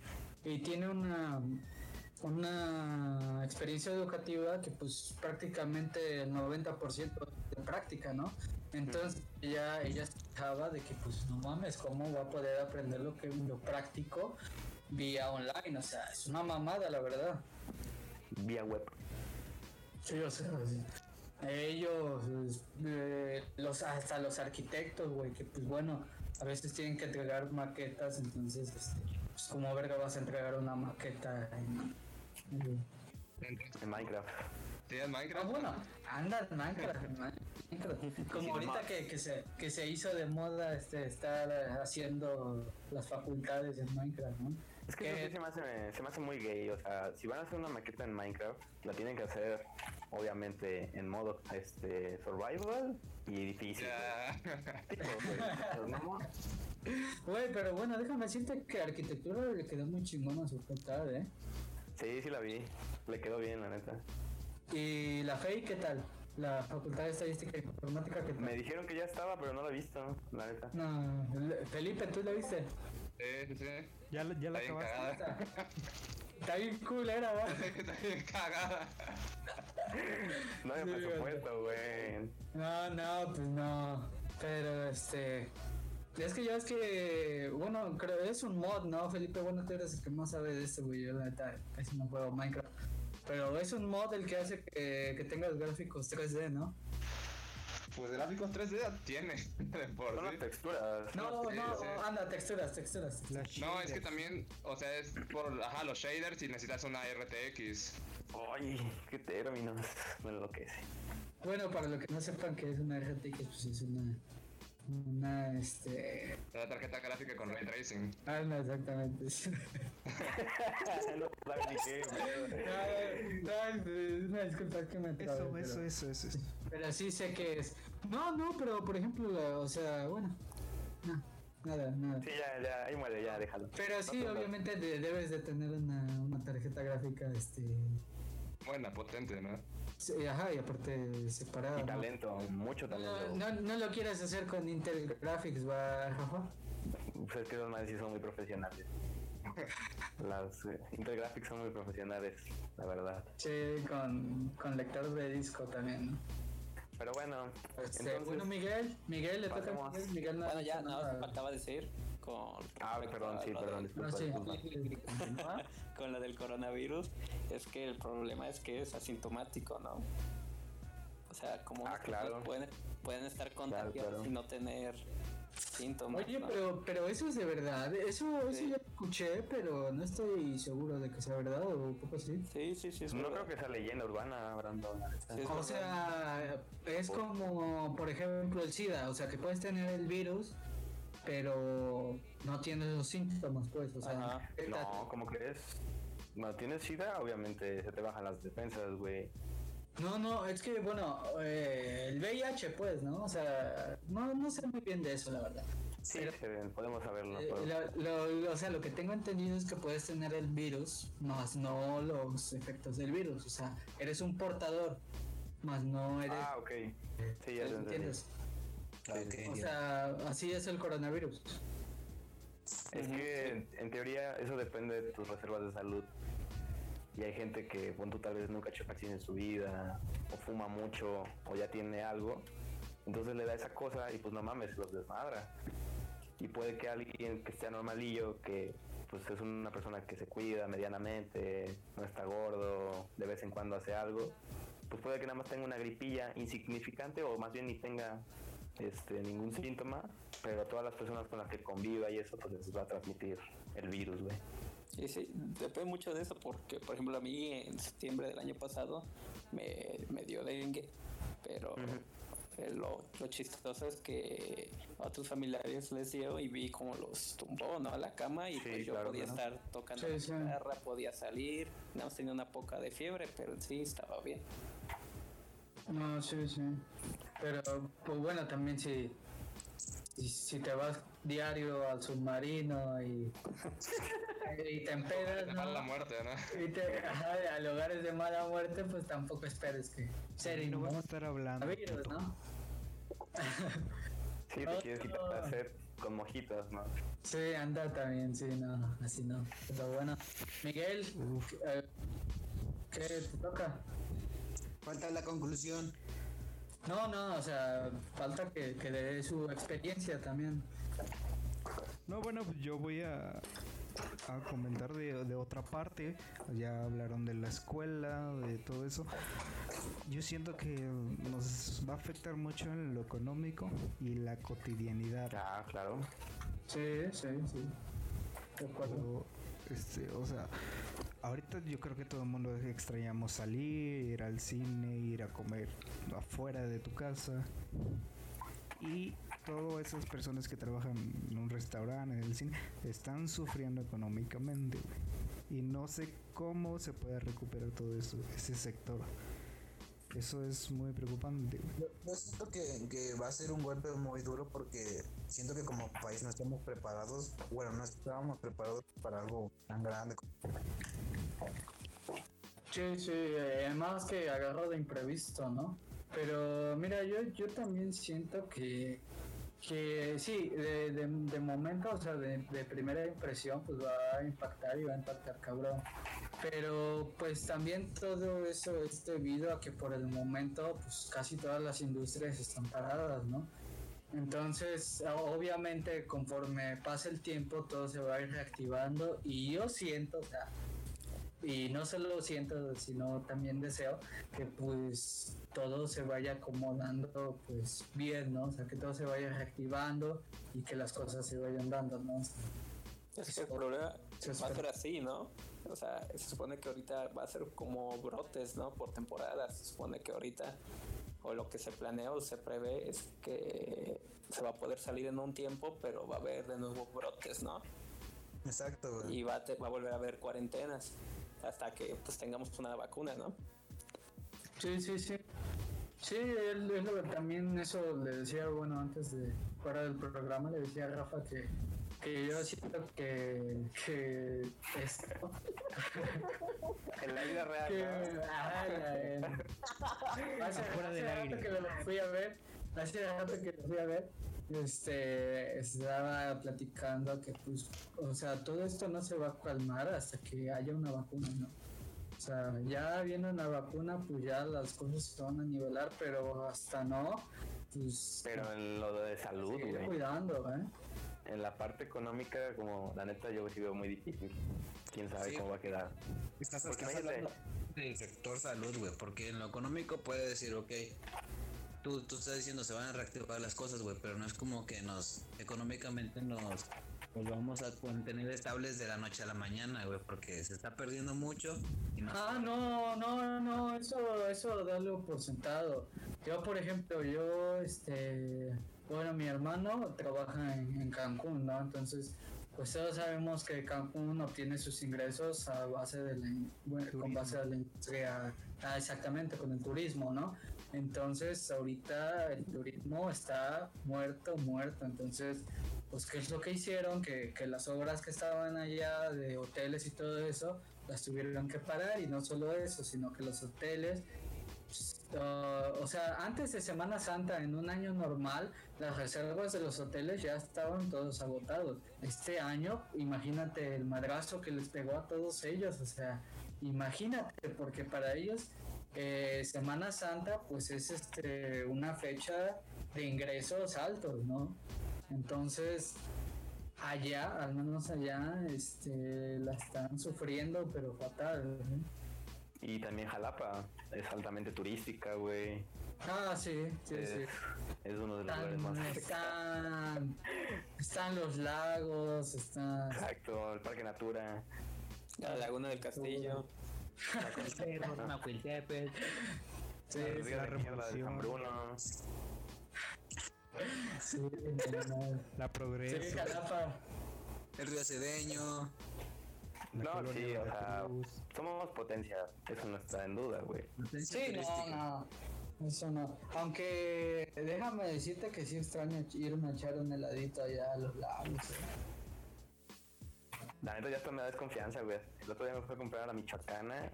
Y tiene una. Una experiencia educativa que, pues, prácticamente el 90% de práctica, ¿no? Entonces, ella, ella se quejaba de que, pues, no mames, ¿cómo va a poder aprender lo que lo práctico vía online? O sea, es una mamada, la verdad.
Vía web.
Sí, o sea, sí. ellos, es- eh, los, hasta los arquitectos, güey, que pues bueno, a veces tienen que entregar maquetas, entonces, este, pues como verga vas a entregar una maqueta en... en-
En Minecraft.
¿Tienes
Ah,
Minecraft?
bueno, anda en Minecraft, en Minecraft. Como ahorita que, que, se, que se hizo de moda este, estar eh, haciendo las facultades en Minecraft, ¿no?
Es que
Eh,
eso sí se me, hace, se me hace muy gay, o sea, si van a hacer una maqueta en Minecraft, la tienen que hacer, obviamente, en modo este survival y difícil.
Ya.
güey. Tipo, pues, güey, ¿sabes, mamón?
Güey, pero bueno, déjame decirte que arquitectura le quedó muy chingona a su facultad, ¿eh?
Sí, sí la vi, le quedó bien, la neta.
¿Y la FEI qué tal? La Facultad de Estadística e Informática que
Me dijeron que ya estaba, pero no la he visto, la neta.
No, le- Felipe, ¿tú la viste?
Sí, sí, sí.
Ya, la- ya la
Está bien
acabaste.
cagada.
Está bien culera, ¿va?
Está bien cagada.
No había
Sí,
presupuesto, güey.
No, no, pues no. Pero este. Es que ya es que. Bueno, creo es un mod, ¿no, Felipe? Bueno, tú eres el que más sabe de esto, güey. Yo, la neta, casi no juego Minecraft. Pero es un mod el que hace que, que tengas gráficos 3D, ¿no?
Pues gráficos 3D tiene. De
Son
por
las
sí.
texturas.
No,
sí,
no,
sí.
anda, texturas, texturas.
Las
No, es que
shaders.
también, o sea, es por ajá, los shaders y necesitas una RTX.
Ay, qué términos. Me enloquece.
Bueno, para los que no sepan que es una RTX, pues es una, Una, este...
La tarjeta gráfica con ray tracing.
Ah, no, exactamente.
no sabe ni qué, güey.
No, no, no, disculpa, es que me trabé,
Eso,
pero-
eso, eso, eso. eso.
Pero sí sé que es. No, no, pero por ejemplo, la- o sea, bueno. No, nada, nada.
Sí, ya, ya, ahí muere, ya, déjalo.
Pero sí, obviamente de- debes de tener una, una tarjeta gráfica, este.
Buena, potente, ¿no?
sí, ajá, y aparte separada.
Y
¿no?
talento, mucho
No,
talento.
no, no lo quieres hacer con Intel Graphics, va, Rafa.
Pues es que los madres sí son muy profesionales. Las eh, Intergraphics son muy profesionales, la verdad.
Sí, con, con lector de disco también. ¿no?
Pero bueno,
Este,
entonces...
bueno, Miguel, Miguel, le toca a
pasemos.
Miguel. Miguel no ha
Bueno, ya
dicho
nada más
nada.
me faltaba decir con.
Ah,
respecto
perdón,
a
sí,
lo
perdón,
del-
disculpa,
No, sí,
disculpa.
continúa.
con lo del coronavirus, es que el problema es que es asintomático, ¿no? O sea, como
Ah,
unas personas
claro.
pueden, pueden estar contagiados
claro.
y no tener síntomas.
Oye,
¿no?
pero, pero eso es de verdad. Eso, eso
Sí.
ya lo escuché, pero no estoy seguro de que sea verdad o poco sí.
Sí, sí, sí. es
No
verdad.
creo que sea leyenda urbana, Brandon.
Sí, es
O
verdad.
sea, es como, por ejemplo, el SIDA. O sea, que puedes tener el virus, pero no tienes los síntomas, pues. O sea,
Ajá.
afecta-
No, ¿cómo crees? No, tienes sida, obviamente se te bajan las defensas, güey.
no, no, es que, bueno, eh, el VIH, pues, ¿no? O sea, no, no sé muy bien de eso, la verdad.
Sí,
Pero-
se ven, podemos saberlo.
Eh,
pero- Ah,
lo- lo- o sea, lo que tengo entendido es que puedes tener el virus, más no los efectos del virus. O sea, eres un portador, más no eres.
Ah, ok. Sí, ya te entendí.
eh, ¿Entiendes?
Ok.
O sea, así es el coronavirus.
Es que en- en teoría eso depende de tus reservas de salud. Y hay gente que, pon tú, tal vez nunca ha hecho ejercicio en su vida, o fuma mucho, o ya tiene algo. Entonces le da esa cosa y pues no mames, los desmadra. Y puede que alguien que sea normalillo, que pues es una persona que se cuida medianamente, no está gordo, de vez en cuando hace algo, pues puede que nada más tenga una gripilla insignificante o más bien ni tenga este, ningún síntoma, pero a todas las personas con las que conviva y eso, pues les va a transmitir el virus, güey.
Y sí, depende mucho de eso porque, por ejemplo, a mí en septiembre del año pasado me, me dio dengue, pero eh, lo, lo chistoso es que a tus familiares les dio y vi cómo los tumbó, ¿no? A la cama y
Sí,
pues yo
claro,
podía
¿no?
estar tocando
Sí,
la
sí.
guitarra, podía salir, nada más tenía una poca de fiebre, pero en sí estaba bien.
No, sí, sí. Pero, pues bueno, también si, si, si te vas diario al submarino y, y te
Te
empedas,
da
¿no?
la muerte, ¿no?
Y te, ajá, a lugares de mala muerte, pues tampoco esperes que ser
No vamos a
inmune
estar
a
hablando.
virus, ¿no?
Sí, te
Ah.
quieres quitar la sed con mojitas, ¿no?
Sí, anda también, sí, no, así no. Pero bueno, Miguel, eh, ¿qué te toca?
Falta la conclusión.
No, no, o sea, falta que, que le dé su experiencia también.
No, bueno, pues yo voy a, a comentar de, de otra parte. Ya hablaron de la escuela, de todo eso. Yo siento que nos va a afectar mucho en lo económico y la cotidianidad.
Ah, claro.
Sí, sí, sí. De acuerdo.
Pero, este, o sea, ahorita yo creo que todo el mundo extrañamos salir, ir al cine, ir a comer afuera de tu casa. Y todas esas personas que trabajan en un restaurante, en el cine, están sufriendo económicamente. güey. Y no sé cómo se puede recuperar todo eso, ese sector. Eso es muy preocupante. güey.
Yo, yo siento que, que va a ser un golpe muy duro porque siento que como país no estamos preparados, bueno, no estábamos preparados para algo tan grande.
Sí, sí, eh, además que agarró de imprevisto, ¿no? Pero mira, yo, yo también siento que, que sí, de, de, de momento, o sea, de, de primera impresión, pues va a impactar y va a impactar cabrón. Pero pues también todo eso es debido a que por el momento, pues casi todas las industrias están paradas, ¿no? Entonces, obviamente, conforme pase el tiempo, todo se va a ir reactivando y yo siento, o sea, y no solo siento, sino también deseo que pues todo se vaya acomodando pues bien, ¿no? O sea, que todo se vaya reactivando y que las cosas se vayan dando, ¿no?
Es que el problema
Sí, sí.
va a ser así, ¿no? O sea, se supone que ahorita va a ser como brotes, ¿no? Por temporadas. Se supone que ahorita o lo que se planea o se prevé es que se va a poder salir en un tiempo, pero va a haber de nuevo brotes, ¿no?
Exacto, güey.
Y va a, te- va a volver a haber cuarentenas hasta que pues tengamos una vacuna, ¿no?
Sí, sí, sí. Sí, él- es lo que también eso le decía, bueno, antes de fuera del programa, le decía a Rafa que, que yo siento que, que esto,
En la vida real,
que,
¿no?
ajá, la- el- eh. hace,
Fuera del
hace rato
aire.
que lo fui a ver, hace rato que lo fui a ver, este, estaba platicando que pues, o sea, todo esto no se va a calmar hasta que haya una vacuna, ¿no? O sea, ya viene una vacuna, pues ya las cosas se van a nivelar, pero hasta no, pues
Pero en lo de salud,
seguir
güey.
cuidando, ¿eh?
En la parte económica, como la neta, yo sí veo muy difícil. Quién sabe
Sí.
cómo va a quedar.
Estás,
Porque
estás
imagínate.
hablando del sector salud, güey, porque en lo económico puede decir, ok, tú, tú estás diciendo se van a reactivar las cosas, güey, pero no es como que nos, económicamente nos, nos vamos a mantener estables de la noche a la mañana, güey, porque se está perdiendo mucho y no...
Ah, no, no, no, eso, eso dalo por sentado. Yo, por ejemplo, yo, este, bueno, mi hermano trabaja en, en Cancún, ¿no? Entonces, pues todos sabemos que Cancún obtiene sus ingresos a base de la, in- bueno, con
Turismo.
base a la industria, ah, exactamente, con el turismo, ¿no? Entonces, ahorita el turismo está muerto, muerto. Entonces, pues, ¿qué es lo que hicieron? Que, que las obras que estaban allá de hoteles y todo eso, las tuvieron que parar. Y no solo eso, sino que los hoteles, pues, ah, o sea, antes de Semana Santa, en un año normal, las reservas de los hoteles ya estaban todos agotados. Este año, imagínate el madrazo que les pegó a todos ellos, o sea, imagínate, porque para ellos eh, Semana Santa pues es este una fecha de ingresos altos, ¿no? Entonces allá, al menos allá, este la están sufriendo pero fatal. ¿eh? ¿no?
Y también Jalapa es altamente turística, güey.
Ah, sí, sí,
es,
sí.
es uno de los lugares
Están,
más.
están, están los lagos, están
Exacto, el Parque Natura.
La Laguna del Castillo.
sí,
el río
la
de mierda de
revolución.
San Bruno.
sí, no, no.
La progreso.
Sí, Jalapa.
El río Cedeño,
la
No,
colonia
sí, o sea,
Veracruz.
somos potencia. Eso no está en duda, güey.
potencia
Sí, no,
turística.
no. Eso no. Aunque déjame decirte que sí extraño ch- irme a echar un heladito allá a los labios.
La neta ya hasta me da desconfianza, güey. El otro día me fui a comprar a la Michoacana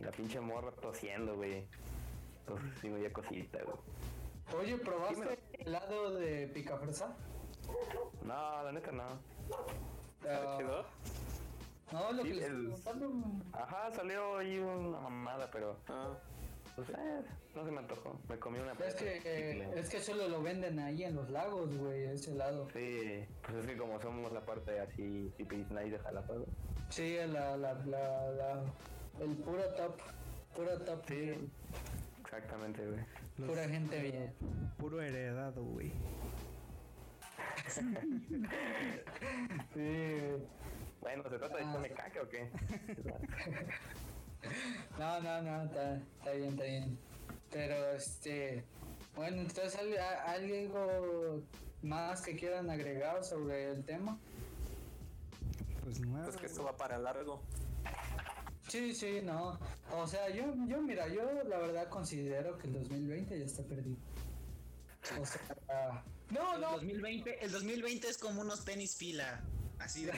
y la pinche morra tosiendo, güey. Entonces sí me dio cosita, güey.
Oye, ¿probaste el helado de picafresa?
No, la neta no.
¿Sabe chido?
Ah, no, lo
Sí,
que les
el-
estoy contando, mm,
Ajá, salió ahí una mamada, pero
Ah,
pues eh, no se me antojó. Me comí una
Es
paleta de
que,
chicle.
es que solo lo venden ahí en los lagos, güey, ese helado.
Sí, pues es que como somos la parte así, y nadie de Jalapa, güey.
Sí, la, la, la, la- el puro top. Puro top.
Sí, exactamente, güey.
Los-
Pura gente bien.
Puro heredado, güey.
Sí.
Bueno, ¿se trata de
Ah.
echarme caca o qué?
No, no, no, está, está bien, está bien. Pero este. Bueno, entonces, ¿al- a- ¿hay algo más que quieran agregar sobre el tema?
Pues nada.
pues que esto va para largo.
Sí, sí, no. O sea, yo, yo mira, yo la verdad considero que el 2020 ya está perdido. O sea, no,
El
no.
2020, el 2020 es como unos tenis fila, así de...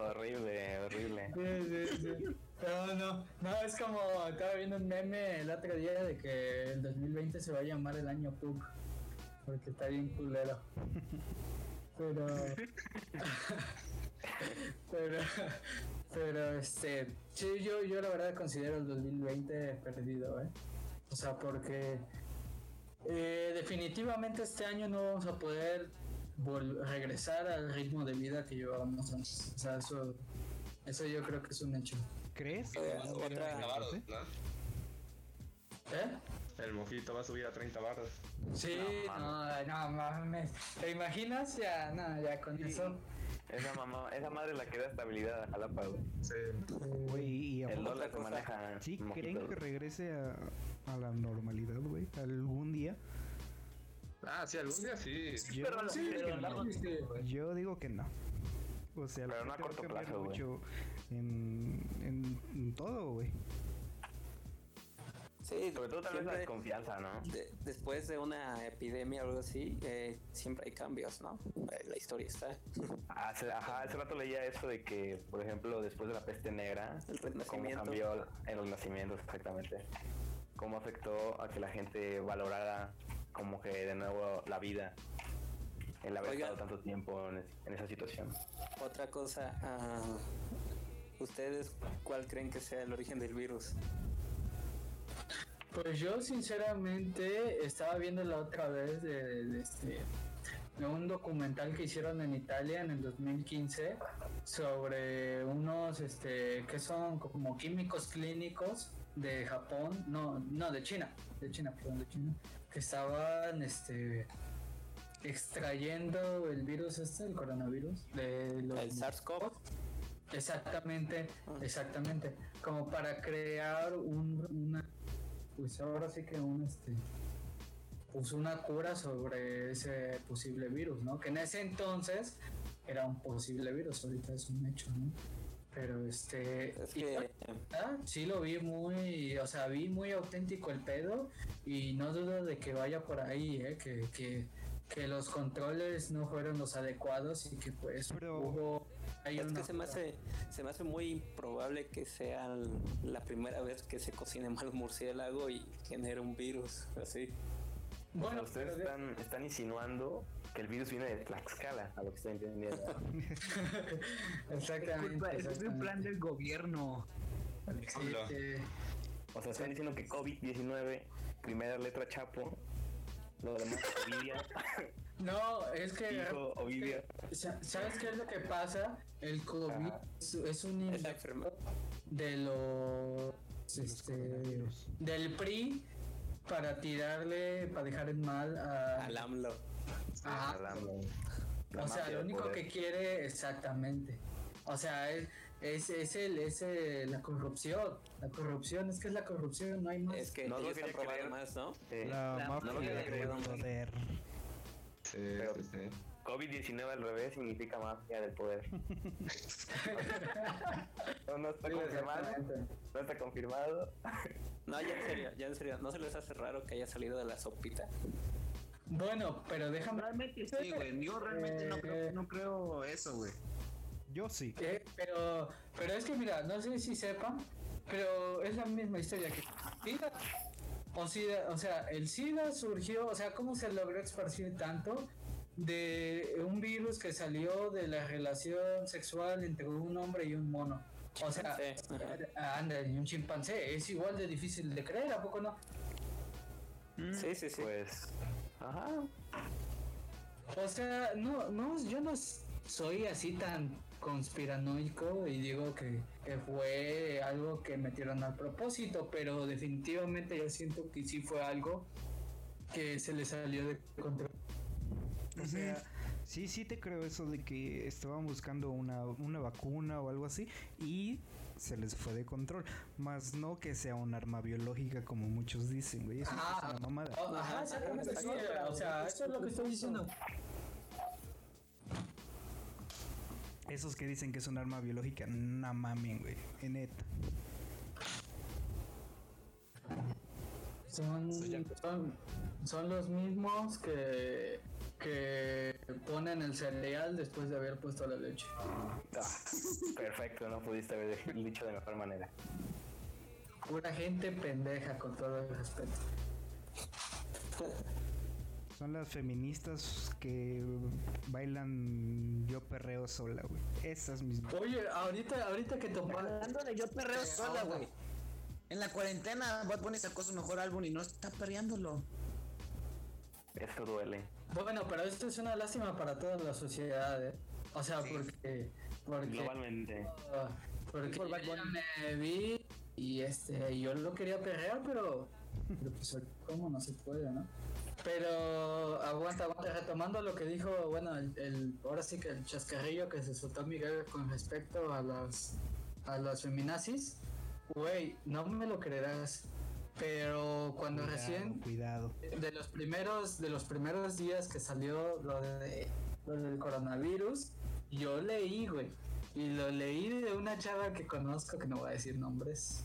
horrible, horrible.
Sí, sí, sí. No, no, no, es como estaba viendo un meme el otro día de que el 2020 se va a llamar el año PUC, porque está bien culero. Pero, pero, pero, este, sí, yo, yo la verdad considero el 2020 perdido, ¿eh? O sea, porque eh, definitivamente este año no vamos a poder vol- regresar al ritmo de vida que llevábamos antes. O sea, eso, eso yo creo que es un hecho.
¿Crees?
Eh,
Va a subir a 30
otra,
barras,
¿eh?
¿no?
¿Eh?
El mojito va a subir a 30 barras.
Sí, no, no mames. ¿Te imaginas? Ya, no, ya con eso.
Esa, mamá, esa madre es la que da estabilidad a Jalapa, güey.
Sí.
Güey, y a
El
poco-
dólar que
cosa.
maneja.
¿Sí
Mojito,
creen que
güey.
regrese a, a la normalidad, güey? ¿Algún día?
Ah, sí, algún día sí.
Yo,
Pero a lo-
digo
pero a
que
largo-
no.
este,
Yo digo que no. O sea, la
Pero no a
gente va
corto
cambiar
plazo, güey.
mucho en, en, en todo, güey.
Sí,
Sobre todo tal vez la
siempre-
desconfianza, ¿no?
de- después de una epidemia o algo así, eh, siempre hay cambios, ¿no? Eh, La historia está.
Hace, ajá, hace rato leía eso de que, por ejemplo, después de la peste negra,
El
cómo
renacimiento.
cambió el renacimiento exactamente. Cómo afectó a que la gente valorara como que de nuevo la vida. El haber
Oigan.
estado tanto tiempo en, en esa situación.
Otra cosa, ah, ¿ustedes cuál creen que sea el origen del virus?
Pues yo sinceramente estaba viendo la otra vez de, de este de un documental que hicieron en Italia en el 2015 sobre unos este que son como químicos clínicos de Japón, no, no de China, de China, perdón, de China, que estaban este extrayendo el virus este, el coronavirus de los
El SARS-CoV.
Exactamente,
Ah.
exactamente. Como para crear un, una, pues ahora sí que un, este, pues una cura sobre ese posible virus, ¿no? Que en ese entonces era un posible virus, ahorita es un hecho, ¿no? Pero este,
Es que eh,
Ah, sí lo vi muy, o sea, vi muy auténtico el pedo y no dudo de que vaya por ahí, ¿eh? que, que, que los controles no fueron los adecuados y que pues
Pero-
hubo... hay
es que
una-
se me hace, se me hace muy improbable que sea l- la primera vez que se cocine mal un murciélago y genere un virus así.
Bueno,
Bueno,
ustedes
pero-
están, están insinuando que el virus viene de Tlaxcala, a lo que estoy entendiendo.
exactamente. exactamente.
del gobierno.
Sí,
Hola.
sí.
O sea, están diciendo que COVID-19, primera letra Chapo, lo demás Ovidia,
No, es que...
hijo Ovidio.
sa- ¿Sabes qué es lo que pasa? El COVID
Ajá.
es, es un
Esa
inve-
enfermedad.
de los...
Los
Este,
coronavirus.
del PRI para tirarle, para dejar en mal a...
Al AMLO.
Ajá.
La dama- la
O sea,
mafia
lo
del
único
poder.
que quiere exactamente. O sea, es, es, es el, es el- la corrupción. La corrupción, es que es la corrupción, no hay más.
Es que
No lo
ellos
quería
han probado
creer.
más, ¿no?
Sí.
La,
La
mafia
mafia
del
del poder.
poder.
Sí,
Pero-
sí, sí.
COVID-19 al revés significa mafia del poder. no, no está
Sí,
confirmado.
exactamente.
No está confirmado.
No, ya en serio, ya en serio. ¿No se les hace raro que haya salido de la sopita?
Bueno, pero déjame.
Realmente sí, güey. Yo realmente no, creo, no creo eso, güey.
Yo sí.
Eh, Pero, pero es que mira, no sé si sepan, pero es la misma historia que SIDA. O, SIDA, o sea, el SIDA surgió, o sea, ¿cómo se logró esparcir tanto? De un virus que salió de la relación sexual entre un hombre y un mono. O sea,
Sí, ajá.
anda, y un chimpancé, es igual de difícil de creer, ¿a poco no?
Mm.
Sí, sí, sí.
Pues. Ajá.
O sea, no, no, yo no s- soy así tan conspiranoico y digo que, que fue algo que metieron al propósito, pero definitivamente yo siento que sí fue algo que se le salió de control.
O sea, sí, sí te creo eso de que estaban buscando una, una vacuna o algo así y se les fue de control. Más no que sea un arma biológica como muchos dicen, güey. Eso
Ah.
es una mamada.
Oh, ajá, exactamente, sí, o sea, eso es lo que estoy diciendo.
Esos que dicen que es un arma biológica, no mamen, güey. En neta.
Son, son, son los mismos que, que ponen el cereal después de haber puesto la leche.
Ah, perfecto, no pudiste haber dicho de mejor manera.
Pura gente pendeja, con todo el respeto.
Son las feministas que bailan yo perreo sola, güey. Esas mismas.
Oye, ahorita, ahorita que topaste
Hablando de yo perreo
Eh,
sola,
ahora.
güey. En la cuarentena, Bad Bunny sacó su mejor álbum y no está perreándolo.
Esto duele.
Bueno, pero esto es una lástima para toda la sociedad, ¿eh? O sea, porque... Porque...
Globalmente.
ah, Porque
Por Bad
yo ya
Bunny.
me vi y este, yo lo quería perrear, pero... pero pues, ¿cómo no se puede, no? Pero aguanta, aguanta. Retomando lo que dijo, bueno, el, el- ahora sí que el chascarrillo que se soltó Miguel con respecto a las, a las feminazis. Güey, no me lo creerás. Pero cuando
Cuidado,
recién
Cuidado.
de los primeros de los primeros días que salió lo de lo del coronavirus yo leí güey y lo leí de una chava que conozco que no voy a decir nombres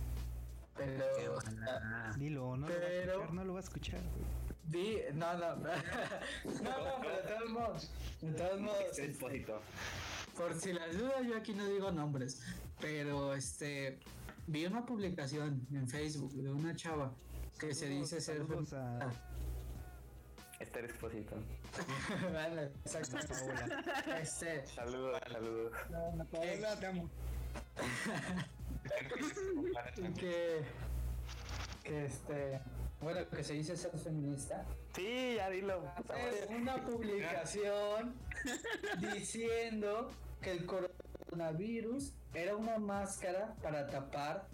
pero
Qué
o sea,
buena.
Dilo, no lo va a
Pero-
escuchar, no lo va a escuchar. güey.
di no no no no pero de todos modos de todos modos
Este depósito.
por si las dudas yo aquí no digo nombres pero este vi una publicación en Facebook de una chava que se dice ser
Saludos a-
Este expósito.
Vale, exacto. este
Saludos, saludos.
Paola,
te amo.
que, que este bueno que se dice ser feminista
Sí, ya dilo.
Ah, es una publicación diciendo que el coronavirus era una máscara para tapar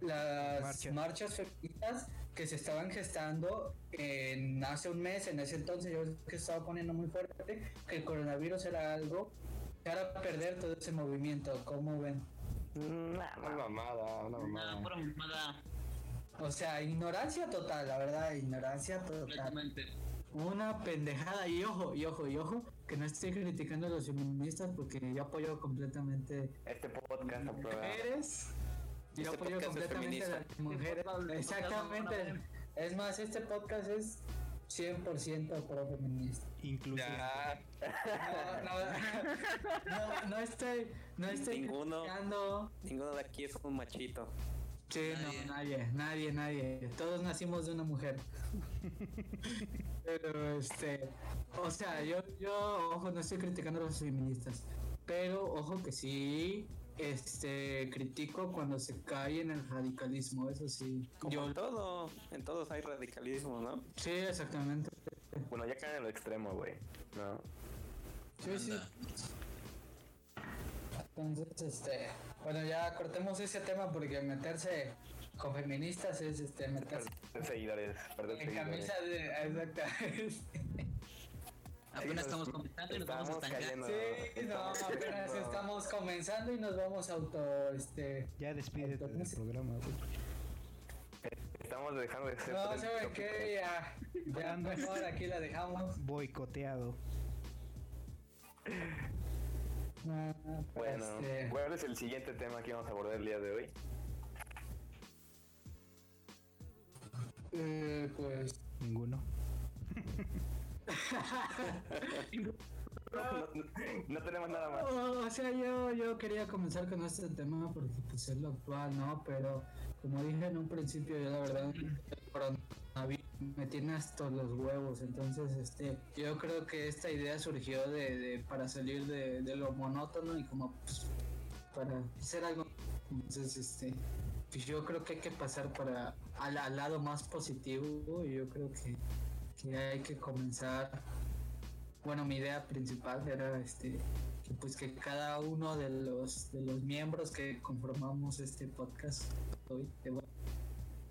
las
Marcha.
marchas feministas que se estaban gestando en hace un mes en ese entonces yo creo que estaba poniendo muy fuerte que el coronavirus era algo para perder todo ese movimiento como ven
Una mamada, una
Nada,
mamada.
pura mamada,
o sea ignorancia total la verdad ignorancia total
completamente.
Una pendejada, y ojo, y ojo, y ojo, que no estoy criticando a los feministas porque yo apoyo completamente
Este podcast
a las
aprueba.
mujeres. Yo
Este
apoyo
podcast es
completamente a las
feminista.
mujeres. Exactamente. Es más, este podcast es 100% pro feminista.
Incluso.
Ya,
No, no, no, no estoy, no estoy
Ninguno.
criticando.
Ninguno de aquí es un machito.
Sí, no, nadie, nadie, nadie. Todos nacimos de una mujer. pero este, o sea, yo, yo, ojo, no estoy criticando a los feministas, pero ojo que sí, este, critico cuando se cae en el radicalismo, eso sí.
Como
Yo,
en todo, en todos hay radicalismo, ¿no?
sí, exactamente.
Bueno, ya caen en lo extremo, güey. No.
Sí, sí.
Anda.
Entonces, este, bueno, ya cortemos ese tema porque meterse con feministas es, este, meterse
Perder seguidores, perder
en
seguidores.
camisa de, exactamente.
Apenas estamos comenzando y nos vamos a
Estamos
estancar.
cayendo.
Sí, no,
estamos
apenas
cayendo.
estamos comenzando y nos vamos auto, este...
Ya despídete del programa, güey.
Estamos dejando de ser.
No,
trend
¿saben
topic.
qué? Ya, ya
Hablando.
mejor aquí la dejamos.
Boicoteado.
Bueno,
Este,
¿cuál es el siguiente tema que vamos a abordar el día de hoy?
eh, pues...
Ninguno.
No, no- no tenemos nada más.
Oh, O, o sea, yo, yo quería comenzar con este tema porque pues es lo actual, ¿no? Pero como dije en un principio, yo la verdad el coronavirus me tiene hasta los huevos, entonces este yo creo que esta idea surgió de, de- para salir de, de lo monótono y como pues, para hacer algo. Entonces este pues, yo creo que hay que pasar para al, al lado más positivo y yo creo que, que hay que comenzar. Bueno, mi idea principal era este que, pues que cada uno de los de los miembros que conformamos este podcast hoy de-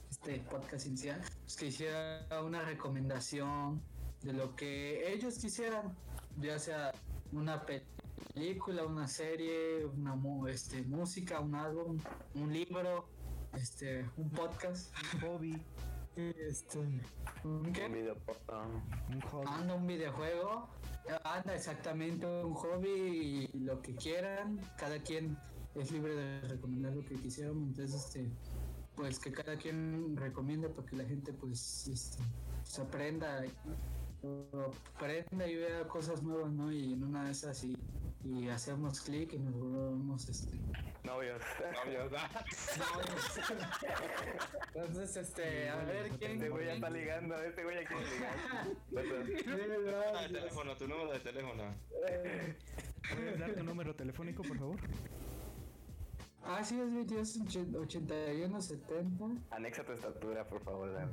este podcast inicial pues que hiciera una recomendación de lo que ellos quisieran ya sea una pe- película una serie una mu- este música un álbum un libro este un podcast
Un hobby.
este un qué?
Un video porno.
Un hobby.
Anda un videojuego, anda exactamente un hobby y lo que quieran, cada quien es libre de recomendar lo que quisieran, entonces este pues que cada quien recomienda para que la gente pues este, pues, aprenda o aprenda y vea cosas nuevas, ¿no? Y en una de esas y, y hacemos clic y nos volvemos este
Novios.
novios, ah.
entonces este a ver quién
Este güey ya está ligando, este güey ya quiere ligar.
Ah, el teléfono, tu número de teléfono.
¿Puedes dar tu número telefónico, por favor?
Ah, sí, es 22, 81, 70.
Anexa tu estatura, por favor, Dan.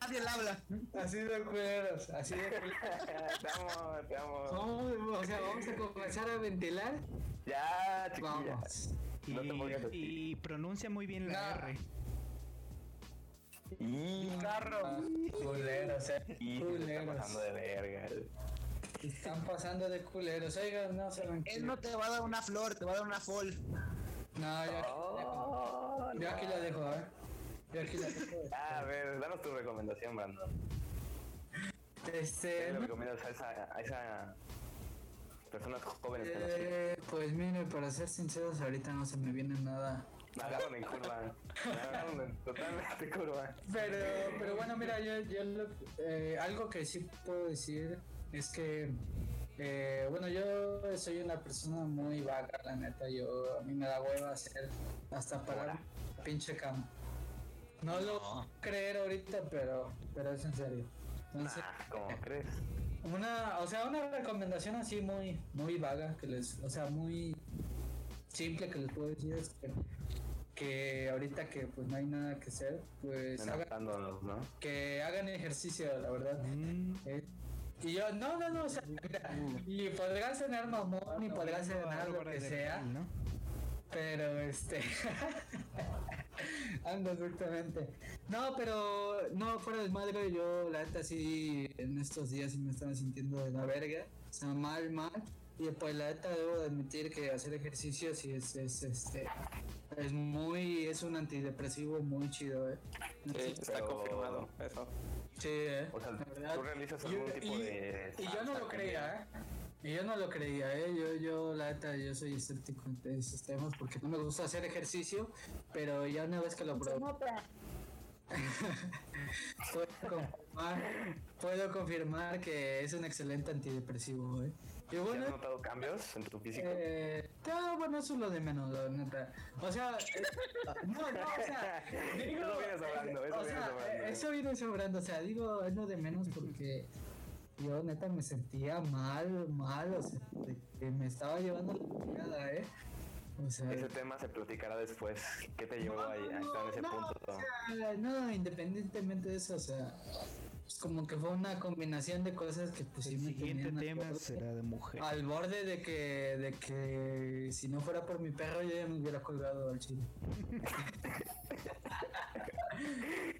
Nadie le habla.
Así de culeros, así de culeros.
Te amo, te amo.
Vamos, o sea, vamos a comenzar a ventilar.
Ya, chiquilla.
Vamos.
No te pongas así.
Y, y pronuncia muy bien la
No.
R.
Y
Ah, Carro. Culeros, eh.
Y se le está pasando de verga.
Están pasando de culeros. Oigan, no se lo
Él no te va a dar una flor, te va a dar una fol.
No, yo,
Oh,
yo aquí
no.
la dejo, ¿eh? Yo aquí la dejo.
A ver, danos tu recomendación, Brandon. ¿Qué
Este.
le recomiendas a esa, a esa personas jóvenes que nos siguen?
eh, pues mire, para ser sinceros, ahorita no se me viene nada.
Me agarraron en curva. Me agarraron en totalmente curva.
Pero, pero bueno, mira, yo, yo lo- eh, algo que sí puedo decir es que, eh, bueno, yo soy una persona muy vaga, la neta. Yo, a mí me da hueva hacer hasta parar la pinche cama. No lo puedo creer ahorita, pero, pero es en serio. Entonces,
Nah, ¿cómo crees?
una, o sea, una recomendación así muy, muy vaga, que les, o sea, muy simple que les puedo decir es que, que ahorita que pues no hay nada que hacer, pues hagan
Enojándonos, ¿no?
que hagan ejercicio, la verdad.
Mm,
Eh, Y yo, no, no, no, o sea, mira, y podrás cenar mamón, y podrás cenar lo
Álvaro
que
Mm. de
sea,
Real, ¿no?
pero este. Ando exactamente. No, pero no, fuera de madre, yo la neta sí, en estos días sí me estaba sintiendo de la verga, o sea, mal, mal. Y pues la neta debo de admitir que hacer ejercicio sí es, es este. Es muy, es un antidepresivo muy chido, eh.
Sí, está
pero-
confirmado eso.
Sí, eh.
O sea,
la verdad.
tú realizas
Y-
algún
y-
tipo de.
Y yo no lo creía, ¿eh? Y yo no lo creía, ¿eh? Yo, yo, la neta, yo soy escéptico en estos temas porque no me gusta hacer ejercicio, pero ya una vez que lo probé... puedo, confirmar, puedo confirmar que es un excelente antidepresivo, ¿eh? Y
¿Ya has
bueno,
notado cambios en tu físico?
eh, no, bueno, eso es lo de menos, la neta. O sea, eh, no, no, o sea, digo,
Eso viene sobrando, eso
o
viene
sea,
sobrando.
eh, eso viene sobrando, o sea, digo, es lo de menos porque yo neta me sentía mal, mal, o sea, de que me estaba llevando la chingada, ¿eh? O sea,
Ese tema se platicará después. ¿Qué te llevó
no,
a, a estar en ese
no,
punto?
o sea, no, independientemente de eso, o sea, es como que fue una combinación de cosas que pues sí
El
me
siguiente
tenían al
tema
borde.
será de mujer.
Al borde de que, de que si no fuera por mi perro yo ya me hubiera colgado al chile.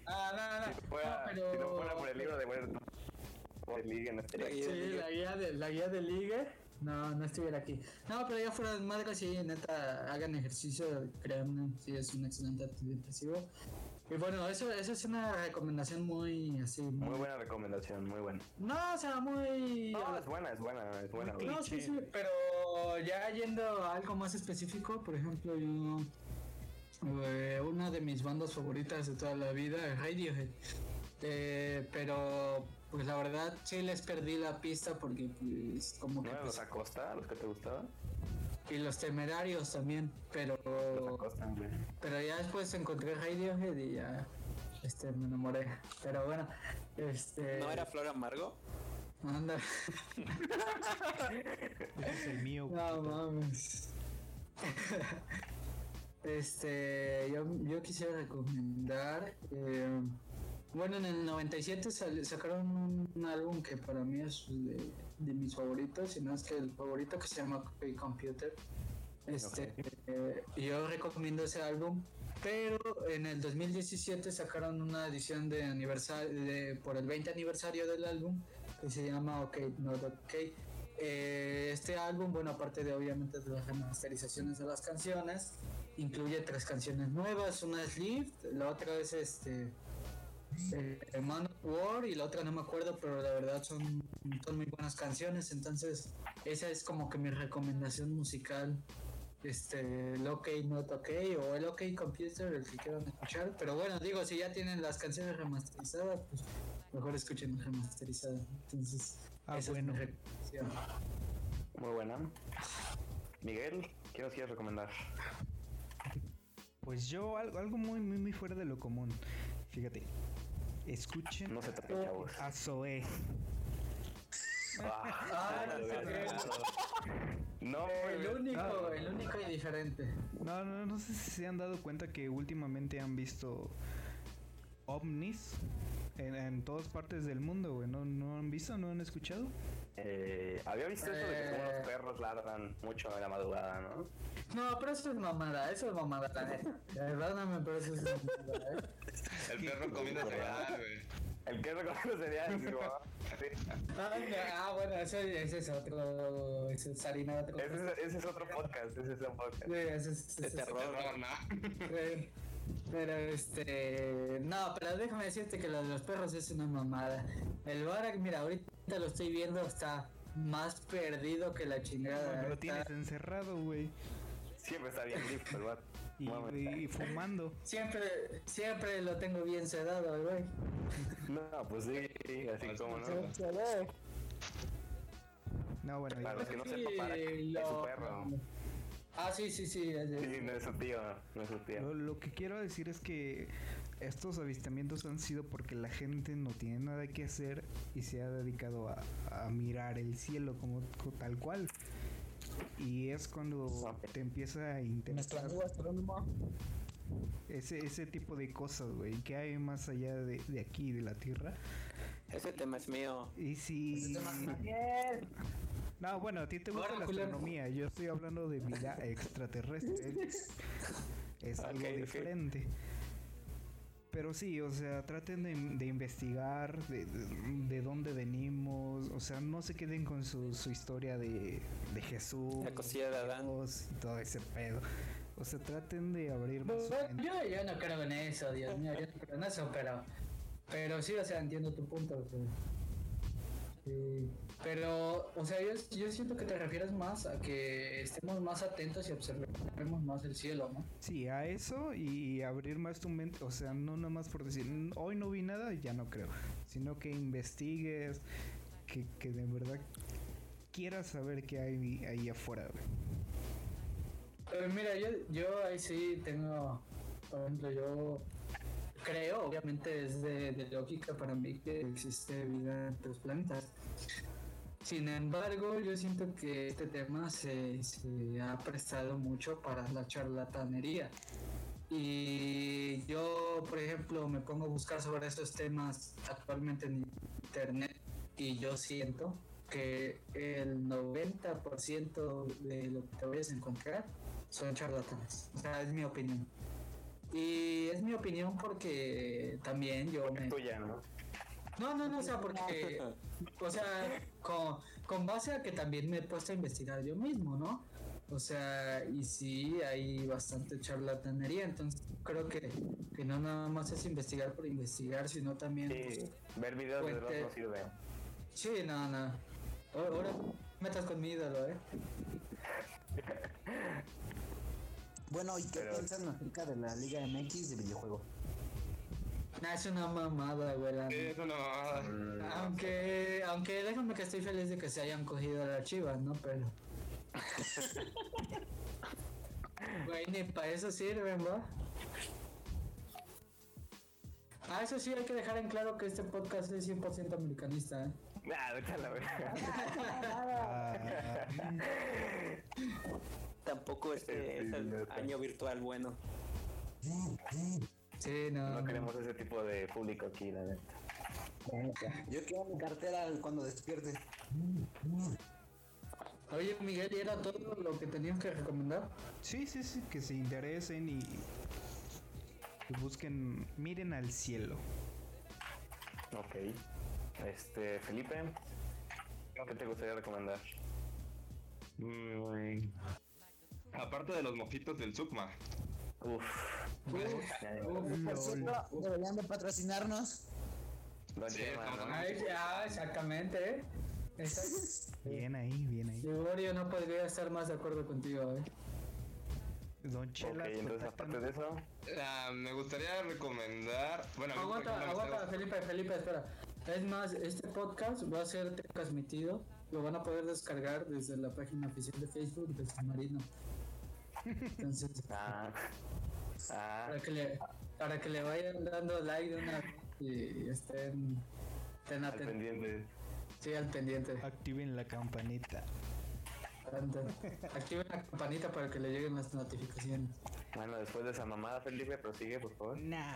ah, no, no, no.
Fuera-
no, pero...
Si no fuera por el libro de Werner, por el libro, no estaría aquí.
Sí, la guía de, la guía de ligue. No, no estuviera aquí. No, pero ya fuera de madre, sí, neta, hagan ejercicio, créanme, sí, es un excelente antidepresivo. Y bueno, eso, eso es una recomendación muy así. muy-
Muy buena recomendación, muy buena.
No, o sea, muy.
No, es buena, es buena, es buena. güey.
No, sí, sí, pero ya yendo a algo más específico, por ejemplo, yo. eh, una de mis bandas favoritas de toda la vida es Radiohead. Eh, pero, pues la verdad, sí les perdí la pista porque, pues,
¿No
como que.
eran
pues,
los Acosta, los que te gustaban?
y los temerarios también, pero.
Los Acosta, güey.
Pero ya después encontré Radiohead y ya. Este, me enamoré. Pero bueno, este.
¿No era Flor Amargo?
anda.
Ese es el mío.
No mames. este, yo, yo quisiera recomendar. eh, bueno, en el 97 sal- sacaron un, un álbum que para mí es de, de mis favoritos, si no es que el favorito que se llama Copy Computer. Este, eh, yo recomiendo ese álbum, pero en el 2017 sacaron una edición de aniversario de- por el 20 aniversario del álbum que se llama OK Not OK. Eh, este álbum, bueno, aparte de obviamente de las remasterizaciones de las canciones, incluye tres canciones nuevas. Una es Lift, la otra es este eh, Man of War y la otra no me acuerdo, pero la verdad son, son muy buenas canciones. Entonces, esa es como que mi recomendación musical. Este, el OK Not OK o el OK Computer, el que quieran escuchar. Pero bueno, digo, si ya tienen las canciones remasterizadas, pues mejor escuchen las remasterizadas. Entonces,
Ah,
esa
bueno.
es mi recomendación.
Muy buena. Miguel, ¿qué nos quieres recomendar?
Pues yo, algo, algo muy, muy, muy fuera de lo común. Fíjate. Escuchen
No se toquen, chavos.
a Zoé.
Ah,
no,
lo
sí,
hubiera
sí.
pensado. No,
El
güey.
único,
Ah.
el único y diferente.
No, no, no sé si se han dado cuenta que últimamente han visto ovnis en, en todas partes del mundo, güey. ¿No, ¿No han visto? ¿No han escuchado?
Eh, había visto eso de que como los perros ladran mucho en la madrugada, ¿no?
No, pero eso es mamada, eso es mamada, la neta. Perdóname, pero eso es mamada, ¿eh?
El perro comiendo cereal, güey.
El que reconoce sería el digo, ah, sí.
Ah, no, ah, bueno, eso, ese es otro. Ese es harina de otro.
ese, es, ese es otro podcast, ese es otro podcast.
Sí, ese es- ese
De
es-
terror.
Terror, ¿no?
Eh, Pero este. No, pero déjame decirte que lo de los perros es una mamada. El Barak, mira, ahorita lo estoy viendo, está más perdido que la chingada.
Cuando lo
Está-
tienes encerrado, güey.
Siempre está bien listo el vato.
Y,
Bueno,
y- y fumando.
Siempre, siempre lo tengo bien sedado, güey.
No, pues sí, así como no.
No, bueno, ya.
Para los que no
Sí,
sepan, para es su
lo-
perro.
Ah, sí, sí, sí. es- es-
Sí, no es su tío, no es su
Lo,
tío.
lo que quiero decir es que estos avistamientos han sido porque la gente no tiene nada que hacer y se ha dedicado a, a mirar el cielo como co- tal cual. Y es cuando te empieza a
Nuestro
interesar
amigo astrónomo.
ese, ese tipo de cosas, güey. ¿Qué hay más allá de, de aquí, de la Tierra?
Ese tema es mío.
Y si... No, bueno, a ti te gusta
Ahora,
la
culero.
astronomía. Yo estoy hablando de vida extraterrestre. Es algo
Ok, ok.
diferente. Pero sí, o sea, traten de, de investigar de, de- de dónde venimos. O sea, no se queden con su, su historia de, de Jesús.
La cosilla de Adán.
Dios y todo ese pedo. O sea, traten de abrir más su
Bueno,
mente.
yo, yo no creo en eso, Dios mío, yo no creo en eso, pero, pero sí, o sea, entiendo tu punto. o sea. Sí, Pero, o sea, yo, yo siento que te refieres más a que estemos más atentos y observemos más el cielo, ¿no?
Sí, a eso y abrir más tu mente. O sea, no nomás por decir, "Mm, hoy no vi nada, ya no creo. Sino que investigues, que, que de verdad quieras saber qué hay ahí afuera. güey.
Pero mira, yo, yo ahí sí tengo, por ejemplo, yo creo, obviamente es de, de lógica para mí que existe vida en otros planetas. Sin embargo, yo siento que este tema se, se ha prestado mucho para la charlatanería. Y yo, por ejemplo, me pongo a buscar sobre esos temas actualmente en internet y yo siento que el 90% de lo que te vayas a encontrar son charlatanes. O sea, es mi opinión. Y es mi opinión porque también yo me...
Tuya, ¿no?
No, no, no, o sea,
Eh,
porque, o sea, con, con base a que también me he puesto a investigar yo mismo, ¿no? O sea, y sí, hay bastante charlatanería, entonces creo que, que no nada más es investigar por investigar, sino también... pues,
Sí, ver videos de Dross no sirve.
Sí, no, no. Ahora- Ahora metas con mi ídolo, ¿eh?
Bueno, ¿y qué
Pero-
piensan acerca de la Liga MX de videojuego?
Nah, es una mamada, güey. la
Sí,
neta.
es una mamada.
Ah,
Mm.
Aunque, aunque déjame que estoy feliz de que se hayan cogido a las chivas, ¿no? Pero. Güey, ni para eso sirven, ¿va? Ah, eso sí, hay que dejar en claro que este podcast es 100% americanista, ¿eh?
Nah, vete a la verga.
Ah,
Tampoco este es el año virtual bueno.
Sí, no.
No
no.
queremos ese tipo de público aquí, la neta.
Yo quiero mi cartera cuando despierte.
Oye, Miguel, ¿y era todo lo que tenías que recomendar?
sí, sí, sí, que se interesen y, y busquen, miren al cielo.
Ok. Este, Felipe, ¿qué te gustaría recomendar?
Mm, Aparte de los mojitos del Sukma.
Uf.
Por cierto, deberían de patrocinarnos.
Don
Sí,
Chema,
estamos
¿no?
hablando.
Ay, ya, exactamente, ¿eh? Exacto.
Bien ahí, bien ahí.
Liborio no podría estar más de acuerdo contigo, ¿eh?
Don
Ok,
Chela,
entonces
contactan-
aparte de eso,
Ah, me gustaría recomendar. Bueno, a mí, por
Aguanta,
ejemplo, me
aguanta,
gusta-
Felipe, Felipe, espera. Es más, este podcast va a ser transmitido, lo van a poder descargar desde la página oficial de Facebook del Submarino. Entonces,
ah, ah,
para que le, para que le vayan dando like de una vez y estén, estén
al
atentos.
pendiente.
Sí, al pendiente.
activen la campanita.
Tanto. Activen la campanita para que le lleguen las notificaciones.
Bueno, después de esa mamada, Felipe, prosigue, por favor.
Nah.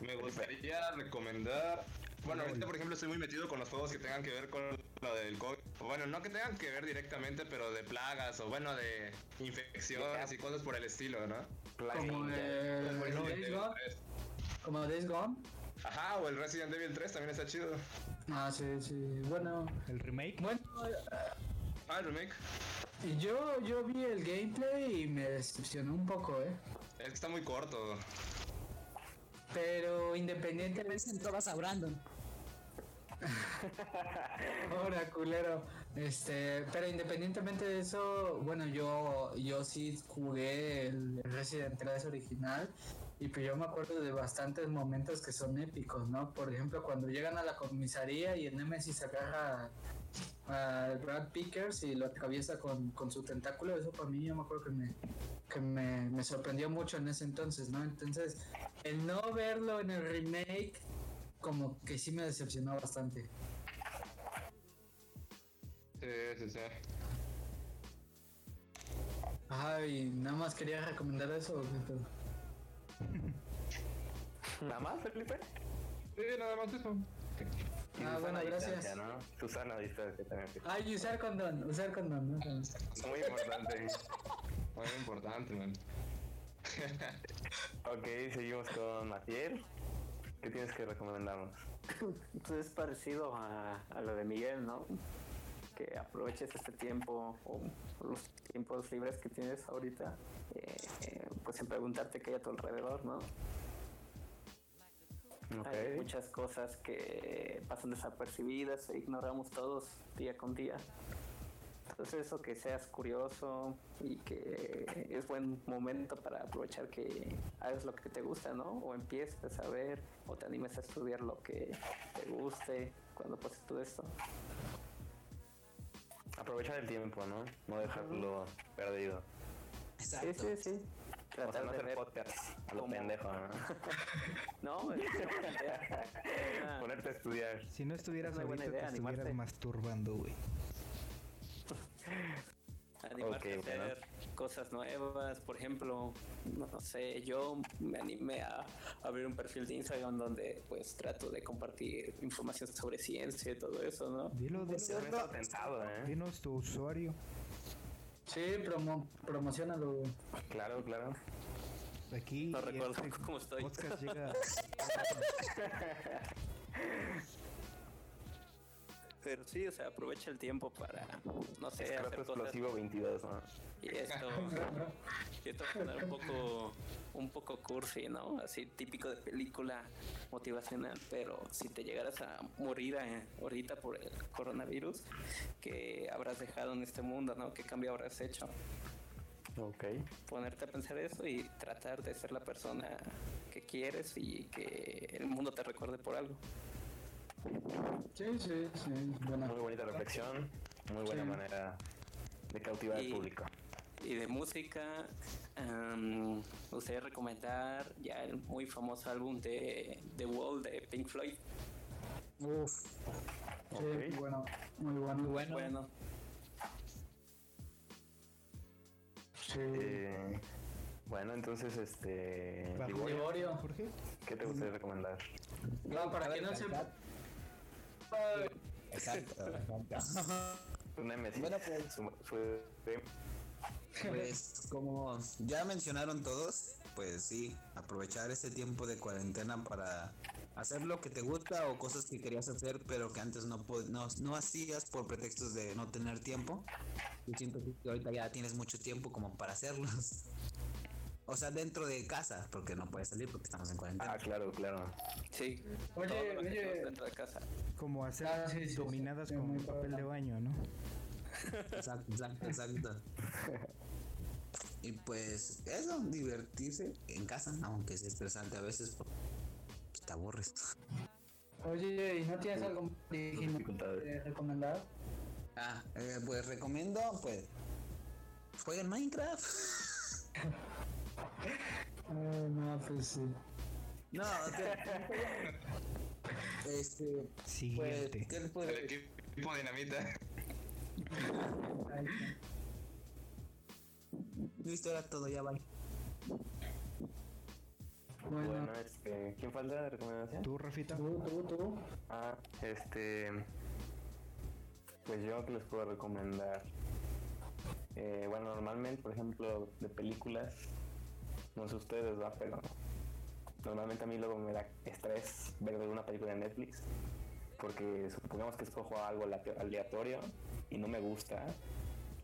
Me gustaría recomendar. Bueno, ahorita por ejemplo estoy muy metido con los juegos que tengan que ver con lo del COVID. Bueno, no que tengan que ver directamente, pero de plagas o bueno, de infecciones y cosas por el estilo, ¿no?
Como
Por
el
ejemplo,
Days
Resident
Gone.
Evil 3.
Como Days Gone.
Ajá, o el Resident Evil 3 también está chido.
Ah, sí, sí. Bueno,
El remake.
bueno.
Ah, el remake.
Y yo, yo vi el gameplay y me decepcionó un poco, ¿eh?
Es que está muy corto.
Pero independientemente
Dicen todas a Brandon.
Ahora, culero. Este, pero independientemente de eso, bueno, yo, yo sí jugué el Resident 3 original y pues yo me acuerdo de bastantes momentos que son épicos, ¿no? Por ejemplo, cuando llegan a la comisaría y el Nemesis agarra a- al Brad Pickers y lo atraviesa con, con su tentáculo, eso para mí yo me acuerdo que me, que me, me sorprendió mucho en ese entonces, ¿no? Entonces, el no verlo en el remake como que sí me decepcionó bastante.
Sí, sí, sí.
Ay, nada más quería recomendar eso. ¿qué pedo?
¿Nada más, Felipe?
Sí, nada más eso.
Y
Ah,
su
bueno,
sana
gracias.
distancia, ¿no? Susana distancia también. que
Ay, usar condón, usar condón. ¿no?
es Muy importante.
Muy importante, man.
ok, seguimos con Matiel. ¿Qué tienes que recomendarnos?
Entonces es parecido a, a lo de Miguel, ¿no? Que aproveches este tiempo o los tiempos libres que tienes ahorita, eh, eh, pues en preguntarte qué hay a tu alrededor, ¿no? Hay
Ok.
muchas cosas que pasan desapercibidas e ignoramos todos día con día. Entonces eso que seas curioso y que es buen momento para aprovechar que hagas lo que te gusta, ¿no? O empieces a ver o te animes a estudiar lo que te guste cuando pases todo esto.
Aprovechar el tiempo, ¿no? No dejarlo perdido.
Sí,
Exacto.
sí,
O
sí.
sea,
Tratar
no
de
hacer
ver-
podcast a lo
cómo-
pendejo, ¿no?
No, es una buena idea. Ah,
Ponerte a estudiar.
Si no estuvieras
Es una buena
ahorita,
idea
te estuvieras
animarte.
masturbando, güey.
animarte
Ok,
a
bueno.
hacer cosas nuevas. Por ejemplo, no sé, yo me animé a abrir un perfil de Instagram donde pues trato de compartir información sobre ciencia y todo eso, ¿no?
Dilo, dilo.
Yo me he estado tentado, ¿eh?
Dinos tu usuario.
Sí, promo, promocionalo. güey.
Claro, claro.
Aquí.
No recuerdo
este
cómo estoy.
Podcast llega.
Pero sí, o sea, aprovecha el tiempo para, no sé,
Escroto
hacer cosas.
explosivo 22, ¿no?
Y esto, y esto va a sonar un poco, un poco cursi, ¿no? Así típico de película motivacional, pero si te llegaras a morir a- ahorita por el coronavirus, ¿qué habrás dejado en este mundo, ¿no? ¿Qué cambio habrás hecho?
Ok.
Ponerte a pensar eso y tratar de ser la persona que quieres y que el mundo te recuerde por algo.
Sí, sí, sí. Bueno,
Muy bonita reflexión. Muy buena
Sí.
manera de cautivar al
Y-
público.
Y de música, em, me gustaría recomendar ya el muy famoso álbum de The Wall de Pink Floyd.
uf. Sí,
Ok.
bueno, muy bueno. Muy bueno.
Bueno,
Sí.
Eh, bueno, entonces, este.
Va.
Digo,
Liborio.
Jorge.
¿Qué te gustaría recomendar?
No, para que no se.
Exacto.
Un Nemesis.
Bueno, pues-
Su- su-
Pues como ya mencionaron todos, pues sí, aprovechar este tiempo de cuarentena para hacer lo que te gusta o cosas que querías hacer pero que antes no, pod- no, no hacías por pretextos de no tener tiempo. Yo siento que ahorita ya tienes mucho tiempo como para hacerlos. O sea, dentro de casa, porque no puedes salir porque estamos en cuarentena.
Ah, claro, claro.
sí.
Oye,
todo lo que
oye.
hacemos dentro de casa.
Como hacer
Ah, sí, sí, sí.
dominadas
Sí,
con
muy
papel
buena.
de baño, ¿no?
Exacto, exacto, exacto. Y pues eso, divertirse en casa, aunque es estresante a veces, pues, te aburres.
Oye, ¿y no tienes algo más original
Dificultades.
que recomendar?
Ah, eh, pues recomiendo, pues. Jueguen Minecraft.
Ay, no, pues sí.
No, o sea, Este. Pues,
Siguiente.
¿qué les puedo
El
decir?
equipo dinamita.
Ay,
Listo, era todo, ya bye.
Bueno.
Bueno, este, ¿quién falta de recomendación?
¿Tú, Rafita?
Tú, tú, tú.
Ah, este. Pues yo que les puedo recomendar. Eh, bueno, normalmente, por ejemplo, de películas, no sé ustedes, ¿verdad? Pero normalmente a mí luego me da estrés ver una película de Netflix. Porque supongamos que escojo algo alate- aleatorio y no me gusta.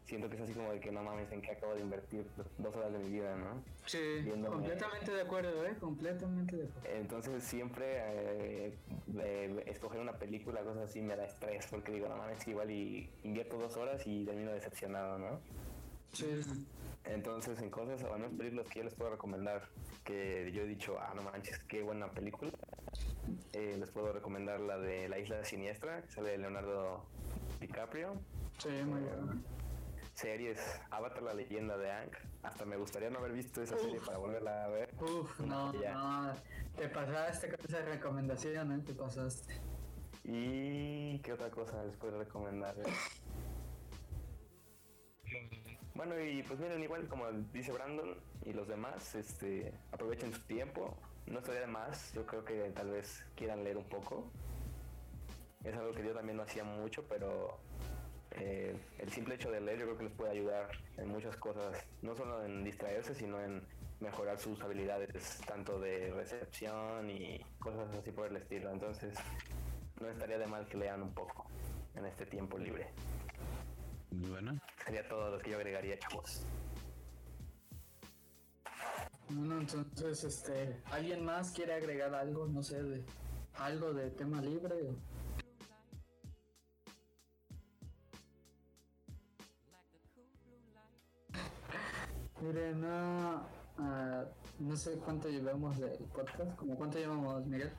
Siento que es así como de que no mames, en qué acabo de invertir dos horas de mi vida, ¿no?
Sí,
Viéndome.
completamente de acuerdo, eh, completamente de acuerdo.
Entonces siempre eh, eh, escoger una película, cosas así, me da estrés porque digo, no mames, que igual y invierto dos horas y termino decepcionado, ¿no?
Sí,
Entonces en cosas, o al menos películas que yo les puedo recomendar, que yo he dicho, ah, no manches, qué buena película, eh, les puedo recomendar la de La Isla Siniestra, que sale de Leonardo DiCaprio,
sí, muy bien.
series, Avatar, la leyenda de Ang, hasta me gustaría no haber visto esa serie para volverla a ver.
Uf, no,
Ya.
no, te pasaste con esa recomendación, eh, te pasaste.
¿Y qué otra cosa les puedo recomendar? Bueno, y pues miren, igual como dice Brandon y los demás, este, aprovechen su tiempo. No estaría de más, yo creo que tal vez quieran leer un poco. Es algo que yo también no hacía mucho, pero eh, el simple hecho de leer yo creo que les puede ayudar en muchas cosas, no solo en distraerse, sino en mejorar sus habilidades, tanto de recepción y cosas así por el estilo. Entonces, no estaría de mal que lean un poco en este tiempo libre.
Y bueno,
Sería todo lo que yo agregaría, chavos.
Bueno, entonces, este, ¿alguien más quiere agregar algo, no sé, de algo de tema libre? o- Mire, no, ah, no sé cuánto llevamos del podcast, como cuánto llevamos, Miguel.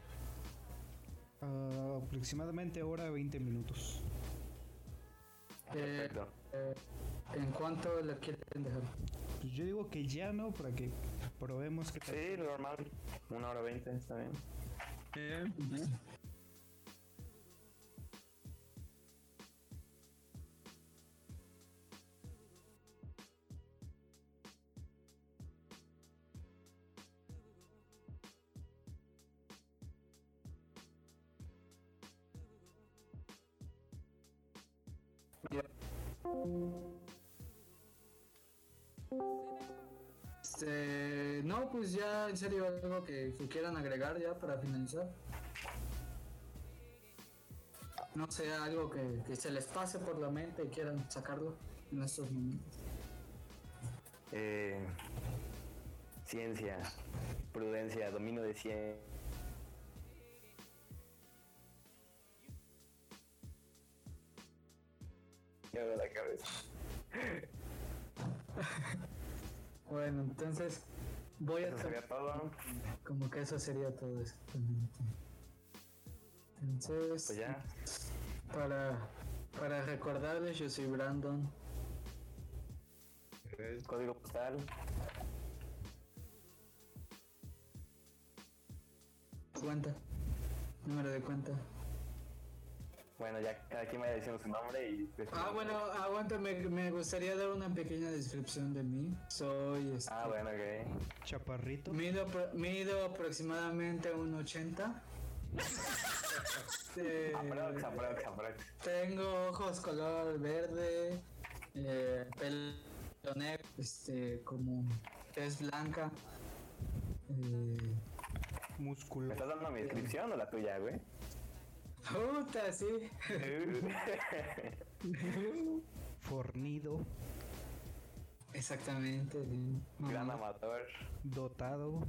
Ah, aproximadamente hora 20 minutos.
Eh,
Perfecto.
eh, ¿En cuánto le quieren dejar?
Pues yo digo que ya no, para que probemos que
Sí, lo normal. Una hora veinte, está bien.
Este, no, pues ya, en serio, algo que, que quieran agregar ya para finalizar. No sé, algo que, que se les pase por la mente y quieran sacarlo en estos momentos.
Eh, ciencia, prudencia, dominio de ciencia. la cabeza.
Bueno, entonces voy a...
Eso sería todo.
Como que eso sería todo exactamente. Entonces,
Pues ya.
para, para recordarles, yo soy Brandon.
Código postal.
Cuenta. Número de cuenta.
Bueno, ya cada quien vaya diciendo su nombre y.
Ah, bueno, aguanta, me, me gustaría dar una pequeña descripción de mí. Soy... Este,
Ah, bueno, ok.
Chaparrito.
Mido, apro- mido aproximadamente 1,80. Este,
Aprox, aprox, aprox.
tengo ojos color verde, eh, pelo negro, este, como tez blanca. Eh,
¿Me
Músculo.
estás dando mi descripción o la tuya, güey?
puta, sí.
Fornido.
Exactamente. sí.
Gran
Mamá.
amador.
Dotado.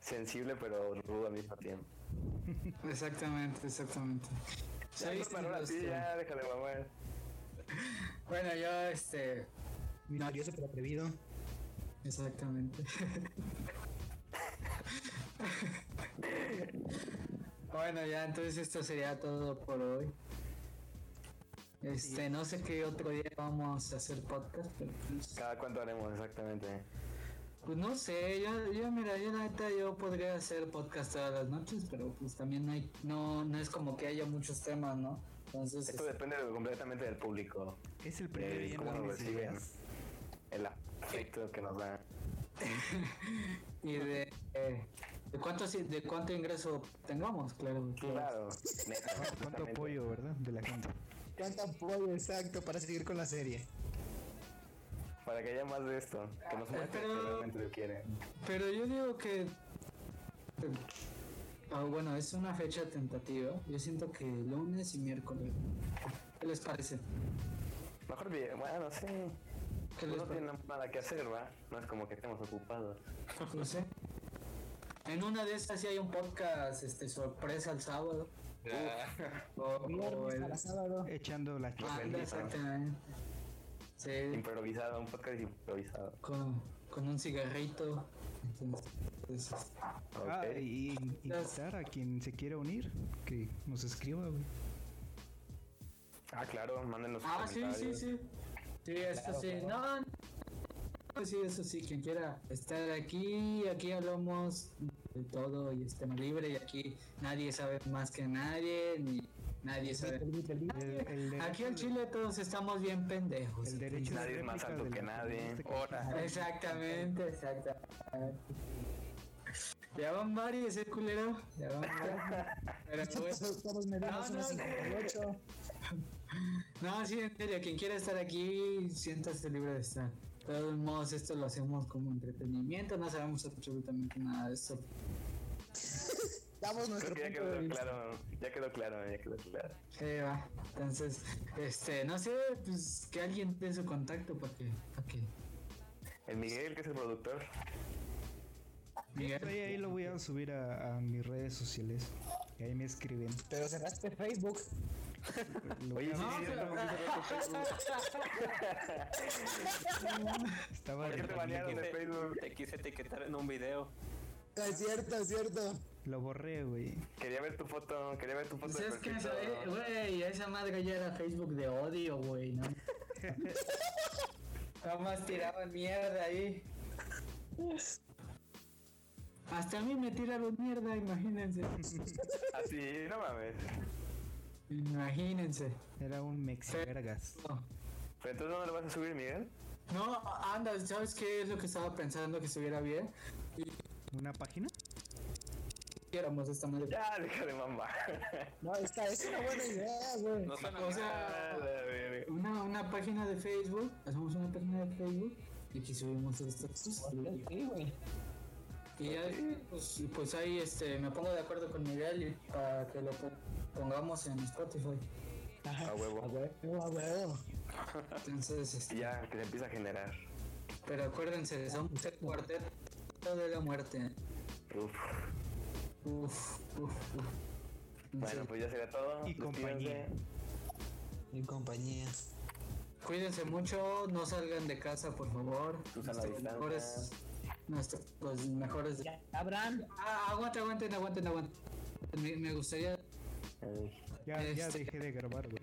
Sensible pero rudo al mismo tiempo.
Exactamente, exactamente.
Ya,
Soy,
no, ahora sí,
este,
ya, déjale mamar.
Bueno, yo este... no,
Misterioso pero atrevido.
Exactamente. bueno, ya entonces esto sería todo por hoy. Este, no sé qué otro día vamos a hacer podcast, pero pues,
Cada cuánto haremos exactamente.
pues no sé, yo, yo mira, yo la neta yo podría hacer podcast todas las noches, pero pues también no hay, no, no es como que haya muchos temas, ¿no? Entonces,
Esto depende completamente del público.
Es el primer
Eh,
día, no
¿cómo lo
tienes
reciben?
ideas.
El afecto que nos da.
y de, eh, de cuánto si- de cuánto ingreso tengamos, claro.
Claro, neta.
¿Cuánto, cuánto
exactamente.
apoyo, verdad? De la gente.
Canta apoyo exacto para seguir con la serie.
Para que haya más de esto, que nos muestre que
Pero-
realmente lo quiere.
Pero yo digo que ah, bueno, es una fecha tentativa. Yo siento que lunes y miércoles. ¿Qué les parece?
Mejor bien, bueno, sí.
¿Qué les
No
parece?
tienen nada que hacer, ¿va? No es como que estemos ocupados.
No sé. En una de esas sí hay un podcast este, sorpresa el sábado.
Uh,
O, o el-
sábado.
Echando la
Ah,
chapa.
bendito.
exactamente. Sí,
Improvisado, un podcast improvisado.
con, con un cigarrito. Entonces, pues,
Ok.
Ah, y y invitar a quien se quiera unir, que nos escriba, güey.
Ah, claro, mándenos sus
Ah, sí, sí,
comentarios.
sí. Sí, eso sí. No, no. Pues sí, eso sí, quien quiera estar aquí, aquí hablamos de todo y estemos libre y aquí nadie sabe más que nadie, ni nadie sabe.
El, el derecho
Aquí en
de-
Chile todos estamos bien pendejos.
el derecho de
Nadie es más
réplica
alto
del
que nadie.
protagonista
Ahora.
Exactamente, exactamente. Ya van varios, eh, culero. Ya van varios. Pero bueno.
Todos medamos
No, no,
unos 58.
No, sí, en serio, quien quiera estar aquí, siéntase libre de estar. De todos modos, esto lo hacemos como entretenimiento, no sabemos absolutamente nada de esto.
Damos
Creo
nuestro
que ya
punto de
quedó
vista.
claro, ya quedó claro, ya quedó claro.
Eh, va. Entonces, este, no sé, pues que alguien dé su contacto para que, para que
El Miguel, que es el productor,
Ahí, ahí lo voy a subir a, a mis redes sociales. Y ahí me escriben.
Pero cerraste Facebook.
Lo voy
Oye,
a-
sí, sí,
pero-
no,
estaba
¿por qué te
de-
banearon de Facebook?
Te quise etiquetar en un video.
Es cierto, es cierto.
Lo borré, güey.
Quería ver tu foto, quería ver tu foto.
Pues
de
es que,
perfil,
esa- eh,
¿no?
güey, esa madre ya era Facebook de odio, güey, ¿no? Nada más tiraban mierda ahí. Hasta a mí me tiraron mierda, imagínense.
Así, Ah, no mames.
Imagínense.
Era un mexivergas.
No.
Pero entonces no lo vas a subir, Miguel.
No, anda, ¿sabes qué es lo que estaba pensando que estuviera bien?
¿Una página?
Quieramos esta madre.
Ya, deja de mamá.
No, esta es una buena idea, güey.
No suena
O
Ah,
sea,
la verga.
una, una página de Facebook, hacemos una página de Facebook y aquí subimos estas Y ya, pues, pues ahí este, me pongo de acuerdo con Miguel y para que lo po- pongamos en Spotify.
A huevo.
Huevo, a huevo.
Entonces, este,
Y ya, que se empieza a generar.
pero acuérdense, somos el cuarteto de la muerte.
Uf.
Uf, uf, uf.
Bueno,
Entonces,
pues ya será todo.
Y compañía.
Mi compañía.
Cuídense mucho, no salgan de casa, por favor.
Usa la distancia.
mejores, nuestros pues, mejores.
Abraham.
Ah, aguanten, aguanten, aguanten, aguanten. Me, me gustaría
Ay,
Ya, ya
Este-
dejé de grabar, güey.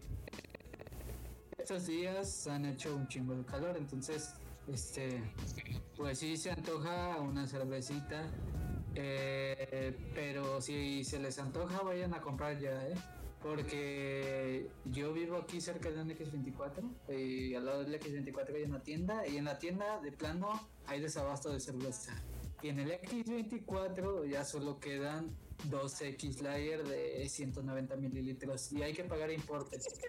estos días han hecho un chingo de calor, entonces, este, pues sí se antoja una cervecita, eh, pero si se les antoja, vayan a comprar ya, ¿eh? Porque yo vivo aquí cerca de un X24 y al lado del X24 hay una tienda y en la tienda de plano hay desabasto de cerveza. Y en el X24 ya solo quedan dos X Layer de 190 mililitros y hay que pagar importes. Así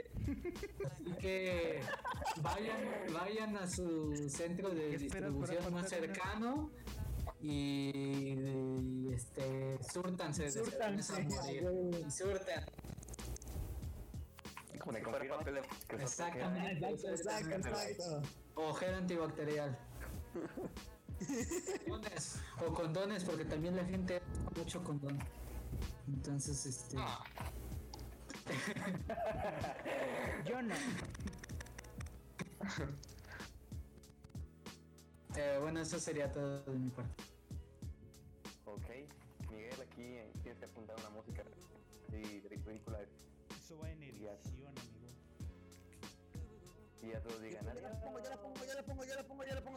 que vayan, vayan a su centro de
¿Qué esperas para
distribución más
apartar dinero?
cercano y, y, este surtanse
Súrtanse.
surtan
Me confirma
papel de...
que sos-
exactamente
Exacto, exacto, exacto.
o gel antibacterial Condones, o condones porque también la gente usa mucho condón entonces este
Yo no.
eh, bueno eso sería todo de mi parte
Ok. Miguel, aquí eh, tienes que apuntar una música así ridícula.
Eso va en edición, amigo.
Y ya todos digan,
Yo la pongo, yo la pongo, yo la pongo, yo la pongo, yo la pongo.